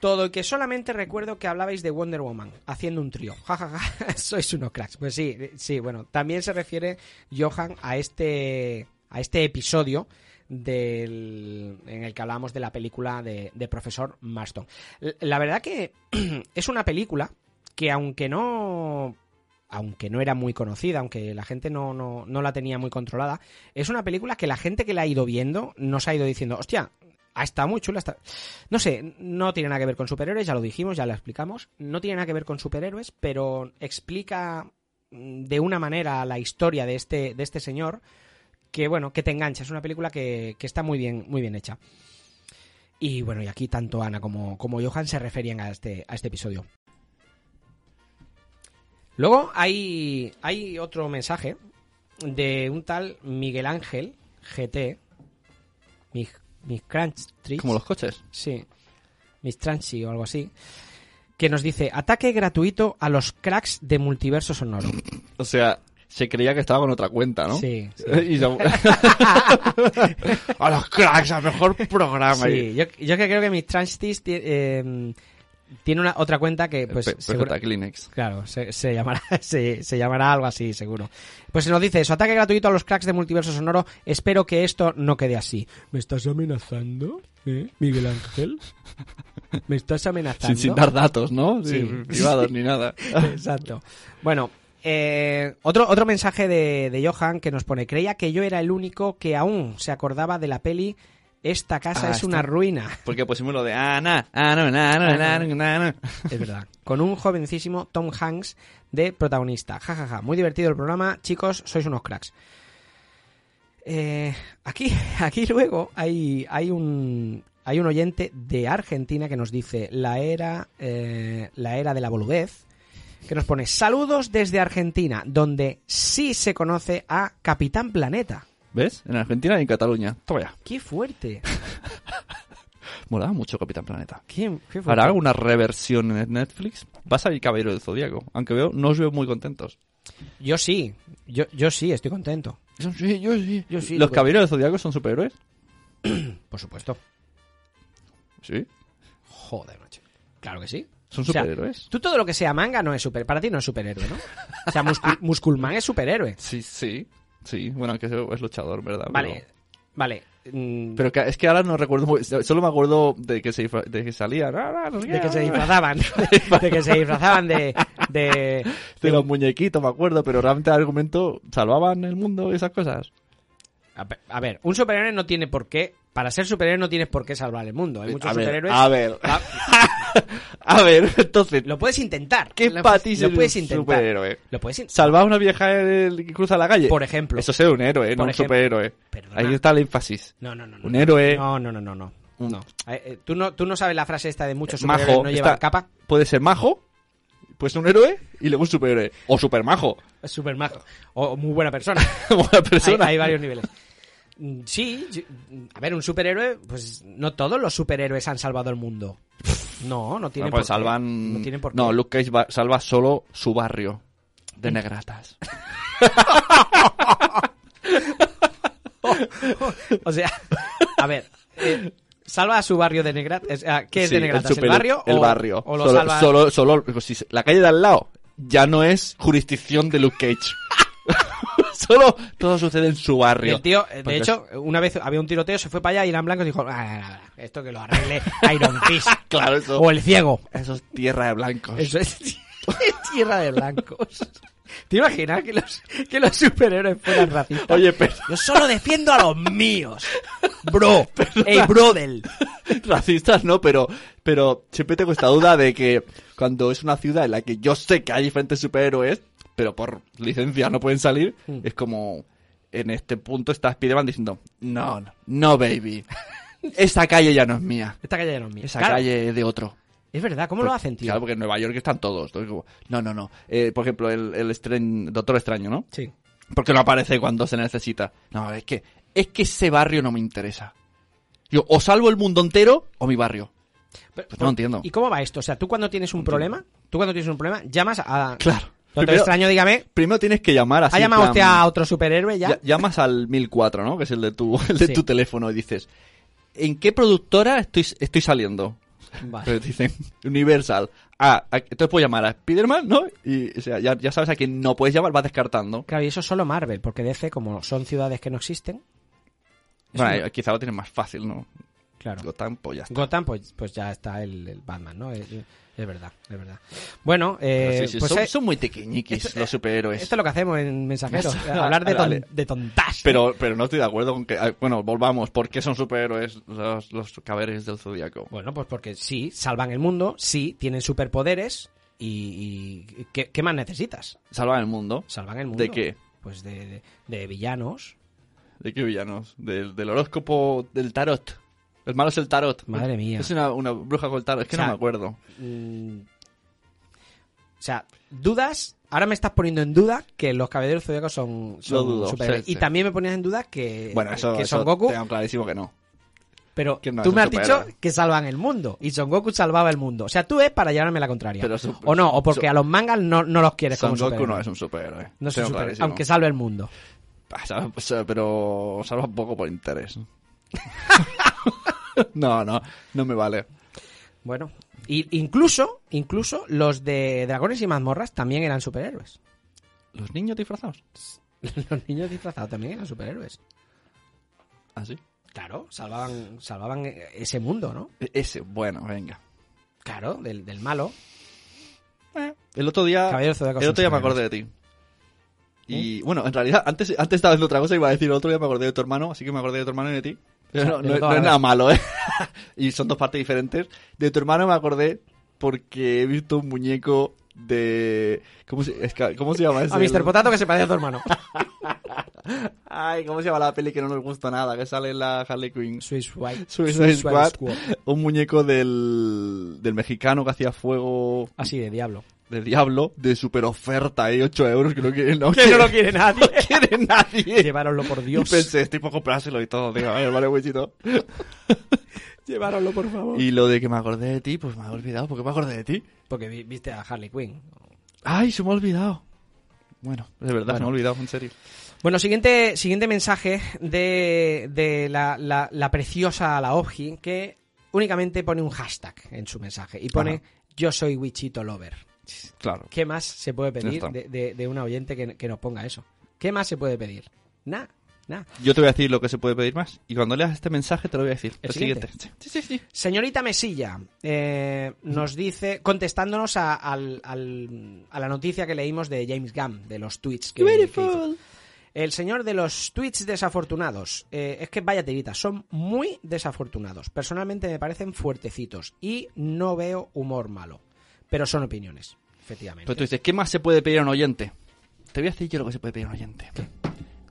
D: Todo y que solamente recuerdo que hablabais de Wonder Woman haciendo un trío. Ja, ja, ja. Sois unos cracks. Pues sí, eh, sí, bueno. También se refiere Johan a este, a este episodio del, en el que hablábamos de la película de, de Profesor Marston. L- La verdad que es una película que aunque no aunque no era muy conocida, aunque la gente no, no, no la tenía muy controlada, es una película que la gente que la ha ido viendo nos ha ido diciendo, hostia, ha estado muy chula. Está... No sé, no tiene nada que ver con superhéroes, ya lo dijimos, ya lo explicamos. No tiene nada que ver con superhéroes, pero explica mm, de una manera la historia de este, de este señor que, bueno, que te engancha. Es una película que, que está muy bien, muy bien hecha. Y bueno, y aquí tanto Ana como, como Johan se referían a este, a este episodio. Luego hay, hay otro mensaje de un tal Miguel Ángel GT. Mig, Mig Crunch-
C: Como los coches.
D: Sí. Miss Tranchi o algo así. Que nos dice: ataque gratuito a los cracks de multiverso sonoro.
C: O sea, se creía que estaba con otra cuenta, ¿no?
D: Sí, sí.
C: Y se- a los cracks, al mejor programa.
D: Sí, yo, yo que creo que Miss Tranchis ti- eh, tiene una otra cuenta que, pues.
C: Pe-
D: seguro-
C: PJ Kleenex.
D: Claro, se, se llamará, se, se llamará algo así, seguro. Pues nos dice eso, ataque gratuito a los cracks de multiverso sonoro, espero que esto no quede así. ¿Me estás amenazando, eh, Miguel Ángel? ¿Me estás amenazando?
C: Sin, sin dar datos, ¿no?
D: Sí.
C: Sin privados ni nada.
D: Exacto. Bueno, eh, otro, otro mensaje de, de Johan que nos pone, creía que yo era el único que aún se acordaba de la peli Esta casa
C: Ah,
D: es
C: esta-
D: una ruina.
C: Porque pusimos lo de ah, na, ah, no, na, no, na, no, na, no.
D: Es verdad. Con un jovencísimo Tom Hanks de protagonista. Ja, ja, ja. Muy divertido el programa. Chicos, sois unos cracks. Eh, aquí, aquí luego hay, hay un. Hay un oyente de Argentina que nos dice la era, eh, la era de la boludez, que nos pone saludos desde Argentina, donde sí se conoce a Capitán Planeta.
C: ¿Ves? En Argentina y en Cataluña. Toma ya.
D: ¡Qué fuerte!
C: Molaba mucho Capitán Planeta.
D: ¡Qué, qué fuerte!
C: Ahora hago una reversión en Netflix. Va a salir Caballero del Zodíaco. Aunque veo, no os veo muy contentos.
D: Yo sí, yo, yo sí, estoy contento.
C: Yo sí, yo sí.
D: Yo sí, pues.
C: ¿Los
D: lo-
C: Caballeros del Zodíaco son superhéroes?
D: Por supuesto.
C: Sí.
D: Joder, macho. Claro que sí.
C: ¿Son
D: O sea,
C: superhéroes?
D: tú todo lo que sea manga no es super, para ti no es superhéroe, ¿no? O sea, Muscul- Musculman es superhéroe.
C: Sí, sí. Sí, bueno, aunque es luchador, ¿verdad?
D: Vale,
C: Pero-
D: vale. mm,
C: Pero que- es que ahora no recuerdo, muy- solo me acuerdo de que se, disfra- de que salía,
D: de que se disfrazaban, de que se disfrazaban de, de-
C: de los muñequitos, me acuerdo, pero realmente el argumento salvaban el mundo y esas cosas.
D: A ver, a ver, un superhéroe no tiene por qué, para ser superhéroe no tienes por qué salvar el mundo. Hay muchos
C: a ver,
D: superhéroes.
C: a ver, a ver, entonces,
D: Ah. Lo puedes intentar.
C: ¿qué
D: lo,
C: patis
D: lo puedes
C: es un
D: intentar.
C: superhéroe?
D: Lo puedes in-
C: Salvar a una vieja en el- que cruza la calle.
D: Por ejemplo.
C: Eso es ser un héroe, no
D: Por
C: un
D: ejemplo.
C: superhéroe.
D: Perdona.
C: Ahí está el énfasis.
D: No, no, no, no.
C: Un héroe
D: No, no, no, no, no.
C: Un-
D: No. Eh, eh, ¿Tú no. Tú no sabes la frase esta de muchos
C: majo,
D: superhéroes no llevan
C: está-
D: capa.
C: puede ser majo, puede ser un héroe y luego un superhéroe. O supermajo.
D: Es súper majo. O o muy buena persona.
C: Buena persona.
D: Hay, hay varios niveles. Mm, Sí, yo- mm, a ver, un superhéroe, pues no todos los superhéroes han salvado el mundo. No, no tienen
C: Bueno, pues
D: por qué.
C: salvan...
D: No tienen por qué. Mm.
C: No, Luke Cage va- salva solo su barrio de negratas.
D: O sea, a ver, eh, salva a su barrio de Negratas. ¿Qué es
C: Sí,
D: de Negratas? ¿El,
C: super-
D: barrio?
C: El
D: o,
C: barrio.
D: o lo
C: solo,
D: salva-
C: solo, solo- digo, si se- la calle de al lado ya no es jurisdicción de Luke Cage. solo todo sucede en su
D: Y
C: barrio.
D: el tío, eh, de
C: Porque
D: hecho, una vez había un tiroteo, se fue para allá y eran blancos y dijo, "Ah, ah, ah, esto que lo arregle Iron Fist.
C: Claro, eso.
D: O el ciego.
C: Eso es tierra de blancos.
D: Eso es tierra de blancos. ¿Te imaginas que los, que los superhéroes fueran racistas?
C: Oye, pero
D: Yo solo defiendo a los míos. Bro. Ey, brother.
C: racistas no, pero, pero siempre tengo esta duda de que cuando es una ciudad en la que yo sé que hay diferentes superhéroes, pero por licencia no pueden salir,
D: Hmm.
C: es como en este punto está Spider-Man diciendo, no, no, no, baby. Esta calle ya no es mía.
D: Esta calle de los míos.
C: Esa
D: Claro,
C: calle es de otro. Pues,
D: Es verdad, ¿cómo lo hacen, tío?
C: Claro, porque en Nueva York están todos. todos como, no, no, no. Eh, por ejemplo, el, el estren- Doctor Extraño, ¿no?
D: Sí.
C: Porque no aparece cuando se necesita. No, es que, es que ese barrio no me interesa. Yo, o salvo el mundo entero o mi barrio.
D: Pero-
C: Pues no entiendo.
D: ¿Y cómo va esto? O sea, tú cuando tienes un problema, tú cuando tienes un problema, llamas a...
C: Claro.
D: Lo
C: Primero-
D: extraño, dígame,
C: Primero tienes que llamar así.
D: ¿ha llamado
C: en
D: usted
C: plan-
D: a otro superhéroe ya?
C: ll- Llamas al 1004, ¿no? Que es el de tu, el de
D: Sí.
C: tu teléfono y dices, ¿en qué productora estoy, estoy saliendo?
D: Vale.
C: Entonces dicen Universal. Ah, a- entonces puedo llamar a Spider-Man, ¿no? Y o sea, ya, ya sabes a quién no puedes llamar, vas descartando.
D: Claro, y eso es solo Marvel, porque DC, como son ciudades que no existen,
C: Bueno, eh, quizá lo tienen más fácil, ¿no?
D: Claro.
C: Gotham, pues ya está.
D: Gotham, pues, pues ya está el, el Batman, ¿no? Es, es verdad, es verdad. Bueno, eh,
C: Pero sí, sí,
D: pues
C: son,
D: eh,
C: son muy tequiñiquis
D: esto- eh,
C: los superhéroes.
D: esto es lo que hacemos en Mensajeros, hablar de, ton-
C: Vale.
D: de tontas.
C: Pero, pero no estoy de acuerdo con que. ah, Bueno, volvamos. ¿Por qué son superhéroes los, los caballeros del zodiaco?
D: Bueno, pues porque sí, salvan el mundo, sí, tienen superpoderes y, y ¿qué, qué más necesitas?
C: Salvan el mundo.
D: Salvan el mundo.
C: ¿De qué?
D: Pues de, de- de villanos.
C: ¿De qué villanos? Del, del horóscopo del tarot. El malo es el tarot.
D: Madre mía.
C: Es una, una bruja con el tarot. Es que
D: O sea,
C: no me acuerdo.
D: Mm, o sea, dudas. Ahora me estás poniendo en duda que los caballeros zodiacos son, son
C: dudo,
D: superhéroes.
C: sí,
D: y
C: sí.
D: también me ponías en duda que,
C: Bueno, eso,
D: eh, que
C: eso
D: Son Goku.
C: tengo clarísimo que no.
D: Pero
C: que no
D: tú
C: es
D: me
C: un
D: has dicho
C: superhéroe.
D: que salvan el mundo. Y Son Goku salvaba el mundo. O sea, tú es para llevarme la contraria.
C: Pero su-
D: o no, o porque
C: su-
D: a los mangas no, no los quieres
C: Son
D: como
C: Goku
D: superhéroes.
C: no es un superhéroe.
D: No es un
C: Tengo
D: superhéroe,
C: clarísimo.
D: aunque salve el mundo.
C: Ah, salva- o sea, pero salva un poco por interés. no, no, no me vale.
D: Bueno, y incluso, incluso los de Dragones y Mazmorras también eran superhéroes.
C: ¿Los niños disfrazados?
D: Los niños disfrazados también eran superhéroes.
C: ¿Ah, sí?
D: Claro, salvaban, salvaban ese mundo, ¿no?
C: E- Ese, bueno, venga.
D: Claro, del, del malo.
C: El otro día,
D: Caballero Zodíaco
C: el otro día
D: son
C: me acordé de ti. Y bueno, en realidad, antes, antes estaba haciendo otra cosa y iba a decir, el otro día me acordé de tu hermano, así que me acordé de tu hermano y de ti. Pero no,
D: de
C: no-
D: los
C: no
D: dos
C: es
D: a la
C: nada
D: vez.
C: malo, ¿eh? y son dos partes diferentes. De tu hermano me acordé porque he visto un muñeco de... ¿Cómo se, es que- ¿cómo se llama ese?
D: A Mr. Potato que se parece a tu hermano.
C: Ay, ¿cómo se llama la peli que no nos gusta nada? Que sale la Harley Quinn.
D: Swiss White.
C: Suicide Squad. Un muñeco del, del mexicano que hacía fuego
D: Así de diablo.
C: del diablo de super oferta, ¿eh? 8 euros, creo que no,
D: Que no lo quiere nadie.
C: quiere nadie.
D: Llevároslo por
C: Y
D: Dios.
C: pensé, estoy por comprárselo y todo, digo, a ver, vale, buenchito.
D: Llevároslo por favor.
C: Y lo de que me acordé de ti, pues me había olvidado, porque me acordé de ti.
D: Porque vi- viste a Harley Quinn.
C: Ay, se me ha olvidado. Bueno, de verdad, se me ha olvidado, en serio.
D: Bueno, siguiente, siguiente mensaje de, de la, la- la preciosa la Obji, que únicamente pone un hashtag en su mensaje y pone
C: Ajá.
D: yo soy Wichito Lover.
C: Claro.
D: ¿Qué más se puede pedir
C: Ya está.
D: de, de- de una oyente que, que nos ponga eso? ¿Qué más se puede pedir? Nada, nada.
C: Yo te voy a decir lo que se puede pedir más. Y cuando leas este mensaje, te lo voy a decir.
D: ¿El
C: El, siguiente. Sí, sí, sí.
D: Señorita Mesilla eh, nos dice, contestándonos a, al- al- a la noticia que leímos de James Gunn, de los tweets que, que hizo. El señor de los tweets desafortunados. Eh, es que vaya tirita, son muy desafortunados. Personalmente me parecen fuertecitos y no veo humor malo. Pero son opiniones, efectivamente.
C: Pero Pues tú dices, ¿qué más se puede pedir a un oyente? Te voy a decir yo lo que se puede pedir a un oyente.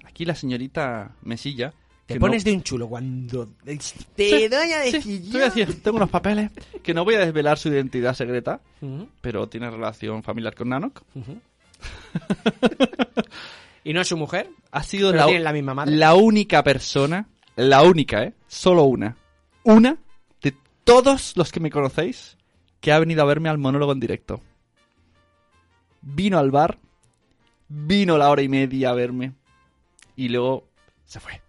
C: Aquí la señorita Mesilla.
D: Te
C: que
D: pones
C: no-
D: de un chulo cuando...
C: Sí,
D: Te doy a
C: sí,
D: decir
C: te
D: yo.
C: voy a decir, tengo unos papeles que no voy a desvelar su identidad secreta,
D: Ujú,
C: pero tiene relación familiar con Nanok.
D: ujú. ¿Y no es su mujer?
C: Ha sido
D: Pero
C: la,
D: tienen la misma madre.
C: la única persona, la única, ¿eh? Solo una. Una de todos los que me conocéis que ha venido a verme al monólogo en directo. Vino al bar, vino la hora y media a verme y luego se fue.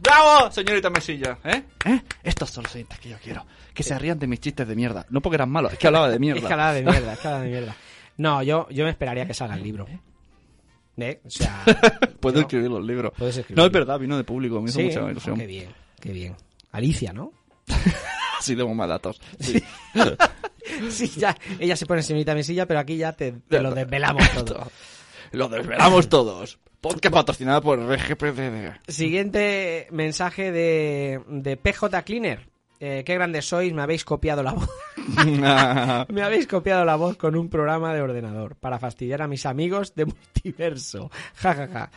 C: ¡Bravo, señorita Mesilla! ¿Eh? ¿Eh? Estos son los oyentes que yo quiero. Que se rían de mis chistes de mierda. No porque eran malos, es que hablaba de mierda.
D: Escalada de mierda, escalada de mierda. No, yo, yo me esperaría que salga el libro. ¿Eh? O sea,
C: Puedo
D: yo-
C: escribir los libros.
D: Puedes escribir.
C: No, es verdad, vino de público, me hizo
D: Sí,
C: mucha
D: ¿eh?
C: ilusión.
D: Qué bien, qué bien. Alicia, ¿no?
C: Sí, debo más datos. Sí.
D: Sí, ya. Ella se pone señorita mesilla, pero aquí ya te, te lo desvelamos todo.
C: Lo desvelamos todos. Podcast patrocinado por RGPD.
D: Siguiente mensaje de, de PJ Cleaner. Eh, qué grandes sois, me habéis copiado la voz. Me habéis copiado la voz con un programa de ordenador para fastidiar a mis amigos de multiverso. Ja, ja, ja.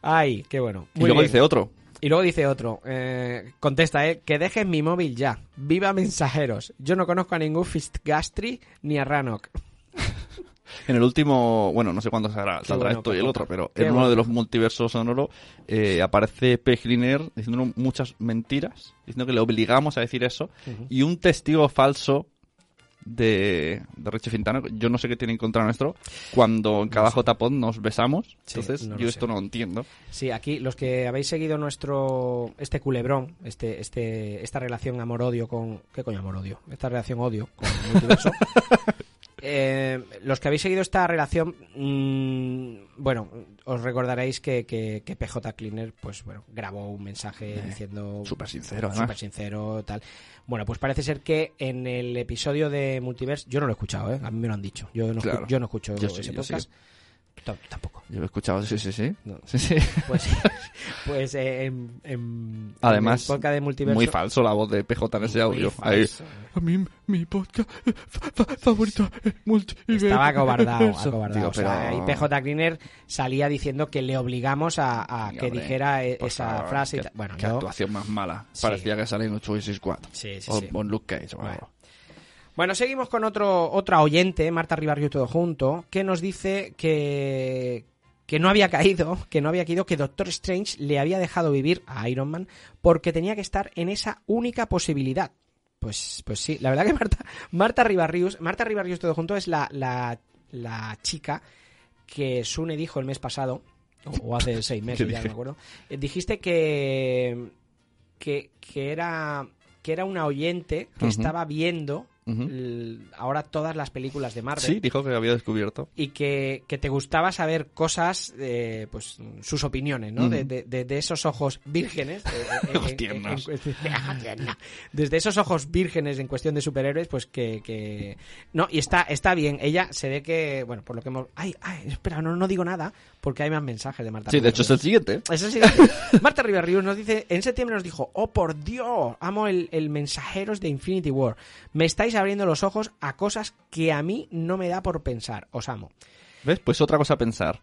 D: Ay, qué bueno.
C: y
D: Muy
C: luego
D: bien.
C: dice otro.
D: Y luego dice otro, eh, contesta él, que dejes mi móvil ya. Viva mensajeros. Yo no conozco a ningún Fistgastri ni a Ranok.
C: En el último, bueno, no sé cuándo saldrá, saldrá
D: bueno,
C: esto y el otro, pero
D: Qué
C: en uno
D: bueno.
C: de los multiversos sonoros eh, aparece P. Griner diciendo muchas mentiras, diciendo que le obligamos a decir eso, y un testigo falso de, de Richie Fintano, yo no sé qué tiene en contra nuestro, cuando en cada JPod nos besamos,
D: Sí,
C: entonces
D: no lo
C: yo
D: sé.
C: esto no lo entiendo.
D: Sí, aquí los que habéis seguido nuestro este culebrón, este este esta relación amor-odio con qué coño amor-odio, esta relación odio con el multiverso. eh, los que habéis seguido esta relación mm, bueno, os recordaréis que, que- que PJ Cleaner, pues bueno, grabó un mensaje
C: Eh,
D: diciendo.
C: súper sincero, además.
D: Súper sincero, tal. Bueno, pues parece ser que en el episodio de Multiverse, yo no lo he escuchado, ¿eh? A mí me lo han dicho. Yo no, escu-
C: Claro.
D: yo no escucho
C: Yo sí,
D: ese
C: yo sí.
D: podcast. Tú tam- tampoco.
C: Yo lo he escuchado, sí, sí, sí.
D: No.
C: Sí, sí.
D: Pues, pues eh, en, en-
C: Además,
D: en el podcast de Multiverse.
C: muy falso la voz de PJ en ese audio. Ahí.
D: A mí, mi podcast favorito Estaba acobardado, acobardado.
C: Digo,
D: O sea,
C: pero-
D: ahí PJ Greener salía diciendo que le obligamos a, a que
C: hombre,
D: dijera e-
C: por
D: esa
C: favor,
D: frase. y
C: qué-
D: tal. Bueno,
C: qué
D: yo-
C: actuación Oh, más mala.
D: Sí.
C: Parecía que salía en un Suicide Squad.
D: Sí, sí,
C: o
D: sí.
C: o en Luke Cage. o
D: Bueno.
C: algo.
D: Bueno, seguimos con otro, otra oyente, Marta Ribarrio todo junto, que nos dice que, que no había caído, que no había caído, que Doctor Strange le había dejado vivir a Iron Man porque tenía que estar en esa única posibilidad. Pues, pues sí, la verdad que Marta, Marta Ribarrius, Marta Ribarrius todo junto es la, la, la chica que Sune dijo el mes pasado, o- o hace seis meses,
C: ¿Qué
D: ya no
C: dije?
D: me acuerdo, eh, dijiste que, que, que era, que era una oyente que
C: Ujú.
D: estaba viendo
C: Ujú.
D: l- ahora todas las películas de Marvel
C: Sí, dijo que había descubierto.
D: y que, que te gustaba saber cosas, eh, pues sus opiniones, ¿no?
C: Ujú.
D: de, de- de- de esos ojos vírgenes. eh, eh,
C: Ojos
D: en-
C: tiernos.
D: en cuestión- desde esos ojos vírgenes en cuestión de superhéroes, pues que... que- No, y está, está bien. Ella se ve que, bueno, por lo que hemos... Ay, ay, espera, no, no digo nada porque hay más mensajes de Marta.
C: Sí, de hecho es
D: Rivera.
C: el siguiente.
D: Eso sí. Marta Rivas Ríos nos dice, en septiembre nos dijo, oh por Dios, amo el, el mensajeros de Infinity War. Me estáis abriendo los ojos a cosas que a mí no me da por pensar. Os amo.
C: ¿Ves? Pues otra cosa a pensar.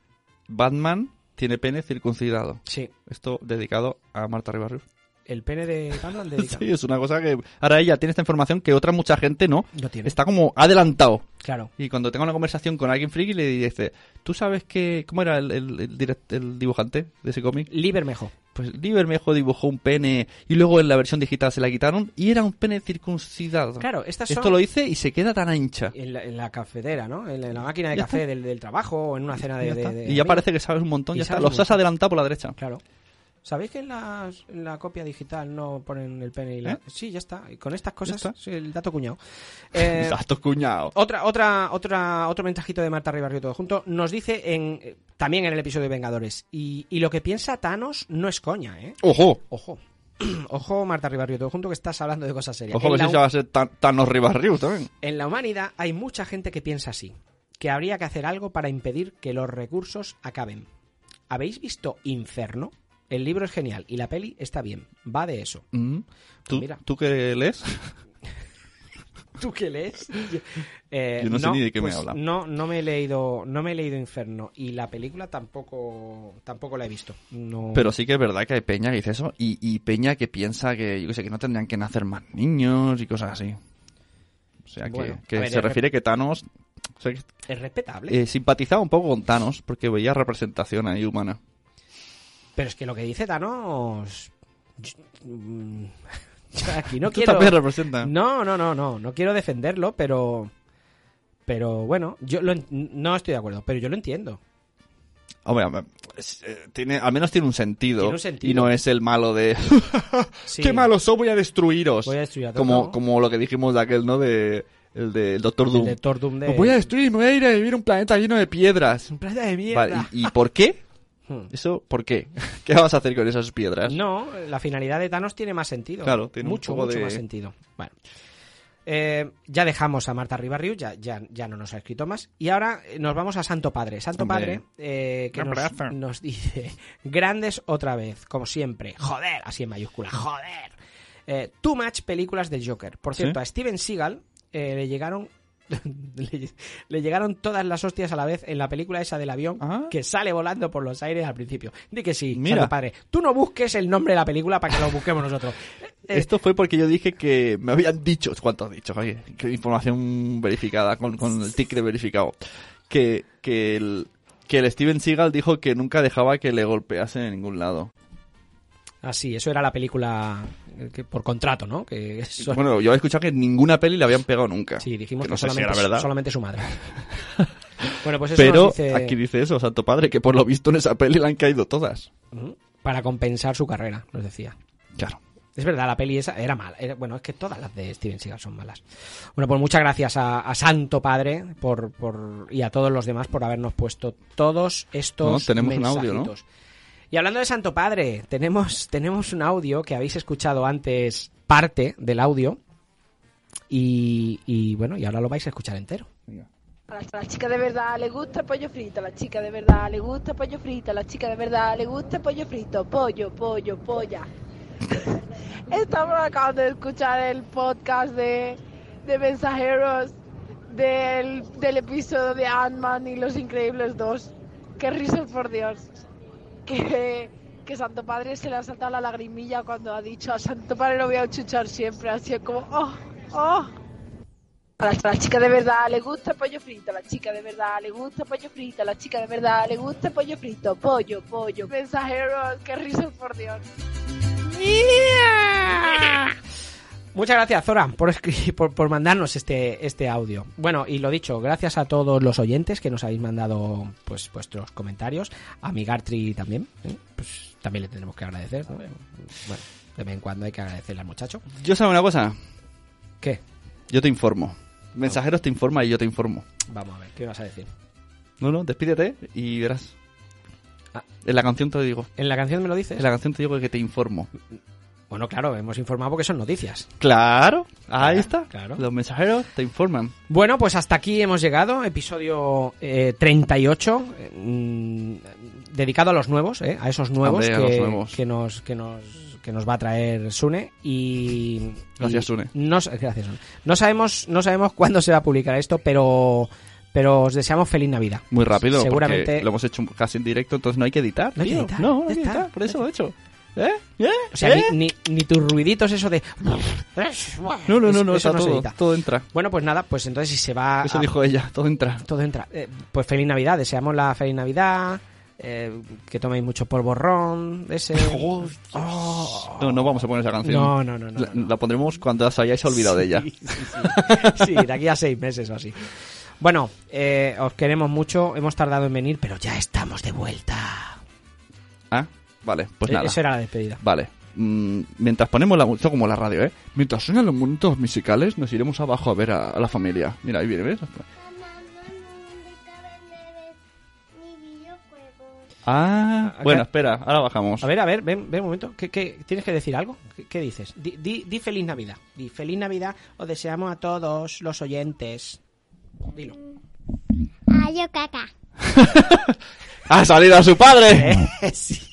C: Batman tiene pene circuncidado.
D: Sí,
C: Esto dedicado a Marta Ribarrius.
D: el pene de Batman dedicado.
C: Sí, es una cosa que ahora ella tiene esta información que otra mucha gente no.
D: No tiene.
C: Está como adelantado.
D: Claro.
C: Y cuando tenga una conversación con alguien friki le dice, ¿tú sabes que cómo era el, el- el direct- el dibujante de ese cómic?
D: Libermejo.
C: Pues Libermejo dibujó un pene y luego en la versión digital se la quitaron y era un pene circuncidado.
D: Claro, estas
C: Esto
D: son-
C: lo hice y se queda tan ancha.
D: En la, en la cafetera, ¿no? En la, en la máquina de
C: Ya
D: café del, del trabajo o en una cena de...
C: Ya
D: de-
C: está.
D: de
C: y ya
D: amigos.
C: parece que sabes un montón,
D: Y
C: ya está.
D: sabes un
C: Los has
D: montón. Eh,
C: adelantado por la derecha.
D: Claro. ¿Sabéis que en, las- en la copia digital no ponen el pene y la...
C: ¿Eh?
D: Sí, ya está. Y Con estas cosas,
C: está.
D: sí, el dato cuñado. Eh,
C: Dato cuñado.
D: Otra, otra, otra, otro mensajito de Marta Ribarrio todo junto. Nos dice en, eh, también en el episodio de Vengadores. Y, y lo que piensa Thanos no es coña, ¿eh?
C: Ojo,
D: Ojo. Ojo, Marta Ribarrio todo junto, que estás hablando de cosas serias.
C: ojo que
D: en, la,
C: sí se va a ser tan, Thanos Ribarrius también.
D: en la humanidad hay mucha gente que piensa así. Que habría que hacer algo para impedir que los recursos acaben. ¿Habéis visto Inferno? El libro es genial y la peli está bien. Va de eso.
C: Mm. ¿Tú,
D: Mira.
C: ¿Tú qué lees?
D: ¿Tú qué lees? Yo, eh,
C: Yo no sé ni de qué me habla.
D: No, no me he leído, no me he leído Inferno y la película tampoco, tampoco la he visto. No.
C: Pero sí que es verdad que hay peña que dice eso y, y peña que piensa que, yo qué sé, que no tendrían que nacer más niños y cosas así. O sea, que,
D: Bueno,
C: que
D: a ver,
C: se
D: es-
C: refiere que Thanos... o sea, que,
D: es respetable.
C: eh, simpatizaba un poco con Thanos porque veía representación ahí humana.
D: Pero es que lo que dice Thanos, yo, mm, yo aquí no
C: Tú
D: quiero.
C: también representa.
D: No, no, no, no, no quiero defenderlo, pero, pero bueno, yo lo en- no estoy de acuerdo, pero yo lo entiendo.
C: Hombre, hombre, es, eh, tiene, al menos tiene un sentido.
D: Tiene un sentido.
C: Y no es el malo de...
D: Sí.
C: ¡Qué malos soy! Voy a destruiros.
D: Voy a destruir a todos,
C: como,
D: ¿no?
C: como lo que dijimos de aquel, ¿no? De, el del Doctor
D: El
C: Doom.
D: de Thor Doom de-
C: Os voy a destruir y me voy a ir a vivir a un planeta lleno de piedras.
D: Un planeta de mierda.
C: Vale, ¿y, y por qué?
D: Hmm.
C: ¿Eso por qué? ¿Qué vas a hacer con esas piedras?
D: No, la finalidad de Thanos tiene más sentido.
C: Claro, tiene un
D: mucho,
C: poco
D: mucho
C: de-
D: más sentido. Bueno. Eh, ya dejamos a Marta Ribarriu, ya, ya, ya no nos ha escrito más. Y ahora eh, nos vamos a Santo Padre. Santo
C: Hombre.
D: Padre, eh, que
C: Un
D: nos,
C: abrazo.
D: nos dice, grandes otra vez, como siempre. Joder, así en mayúscula, joder. Eh, too much películas del Joker. Por
C: ¿Sí?
D: cierto, a Steven Seagal eh, le llegaron... le, le llegaron todas las hostias a la vez en la película esa del avión
C: Ah.
D: que sale volando por los aires al principio. Di que sí,
C: Mira.
D: Santo Padre. Tú no busques el nombre de la película para que lo busquemos nosotros. Eh,
C: Esto fue porque yo dije que me habían dicho, ¿cuánto has dicho? Oye, que información verificada, con, con el tick de verificado. Que, que, el, que el Steven Seagal dijo que nunca dejaba que le golpeasen en ningún lado.
D: Ah, sí, eso era la película eh, que por contrato, ¿no? Que eso-
C: Bueno, yo he escuchado que ninguna peli le habían pegado nunca.
D: sí, dijimos
C: que
D: que,
C: no sé si
D: solamente,
C: era verdad.
D: solamente su madre. bueno, pues eso
C: Pero
D: nos dice
C: aquí dice eso, Santo Padre, que por lo visto en esa peli le han caído todas.
D: para compensar su carrera, nos decía.
C: Claro.
D: Es verdad, la peli esa era mala. Era- bueno, es que todas las de Steven Seagal son malas. Bueno, pues muchas gracias a, a Santo Padre por, por- y a todos los demás por habernos puesto todos estos
C: No, tenemos un audio, ¿no?
D: mensajitos. Y hablando de Santo Padre, tenemos, tenemos un audio que habéis escuchado antes parte del audio y, y bueno, y ahora lo vais a escuchar entero.
H: A la, a la chica de verdad le gusta el pollo frito, a la chica de verdad le gusta el pollo frito, a la chica de verdad le gusta el pollo frito, pollo, pollo, polla. Estamos acabando de escuchar el podcast de, de mensajeros del, del episodio de Ant-Man y Los Increíbles 2. Qué risas, por Dios. Que, que Santo Padre se le ha saltado la lagrimilla cuando ha dicho a Santo Padre lo voy a chuchar siempre. Ha sido como, oh, oh. A la, a la chica de verdad le gusta el pollo frito, a la chica de verdad le gusta el pollo frito, a la chica de verdad le gusta el pollo frito, pollo, pollo. Mensajeros, qué risas por Dios.
D: Muchas gracias, Zora, por, escri- por, por mandarnos este, este audio. Bueno, y lo dicho, gracias a todos los oyentes que nos habéis mandado pues vuestros comentarios. A mi Gartry también, ¿eh? pues también le tendremos que agradecer. ¿no? Bueno, de vez en cuando hay que agradecerle al muchacho.
C: Yo sabe una cosa.
D: ¿Qué?
C: Yo te informo. Mensajeros te informa y yo te informo.
D: Vamos a ver, ¿qué vas a decir?
C: No, no, despídete y verás.
D: Ah.
C: En la canción te lo digo.
D: ¿En la canción me lo dices?
C: En la canción te digo que te informo.
D: Bueno, claro, hemos informado porque son noticias.
C: Claro, Ah, ahí está.
D: claro.
C: Los mensajeros te informan.
D: Bueno, pues hasta aquí hemos llegado, episodio eh, 38, eh, mm, dedicado a los nuevos, eh, a esos nuevos,
C: Hombre, a
D: que,
C: los nuevos.
D: que nos, que, nos, que nos va a traer Sune. Y,
C: Gracias,
D: y
C: Sune.
D: No, sa- gracias, Sune. No sabemos, no sabemos cuándo se va a publicar esto, pero, pero os deseamos feliz Navidad.
C: Muy rápido,
D: Seguramente
C: porque lo hemos hecho casi en directo, entonces no hay que editar.
D: No hay que
C: tío.
D: editar,
C: No, no
D: ya
C: hay que
D: está,
C: editar, por eso lo he hecho. ¿Eh? ¿Eh?
D: O sea,
C: ¿Eh?
D: ni, ni, ni tus ruiditos eso de...
C: No, no, no, no,
D: eso
C: está
D: no se
C: todo,
D: edita.
C: todo entra.
D: Bueno, pues nada, pues entonces si se va...
C: Eso
D: a-
C: dijo ella, todo entra.
D: todo entra. Eh, pues feliz Navidad, deseamos la feliz Navidad, eh, que toméis mucho polvorrón, ese. Oh.
C: No, no vamos a poner esa canción.
D: No, no, no, no,
C: La, la pondremos cuando os hayáis olvidado de ella.
D: Sí, de aquí a seis meses o así. Bueno, eh, os queremos mucho, hemos tardado en venir, pero ya estamos de vuelta.
C: Ah, vale, pues
D: Eh,
C: nada.
D: Esa era la despedida.
C: Vale. Mm, mientras ponemos la música, como la radio, ¿eh? Mientras suenan los momentos musicales, nos iremos abajo a ver a, a la familia. Mira, ahí viene, ¿ves? Ah,
D: Acá-
C: bueno, espera, ahora bajamos.
D: A ver, a ver, ven, ven un momento. ¿Qué, qué- tienes que decir algo? ¿Qué, qué dices? Di, di- di feliz Navidad. Di feliz Navidad, os deseamos a todos los oyentes. Dilo.
K: Ayo caca.
C: ¡Ha salido ¡Ah, su padre!
D: Eh, sí.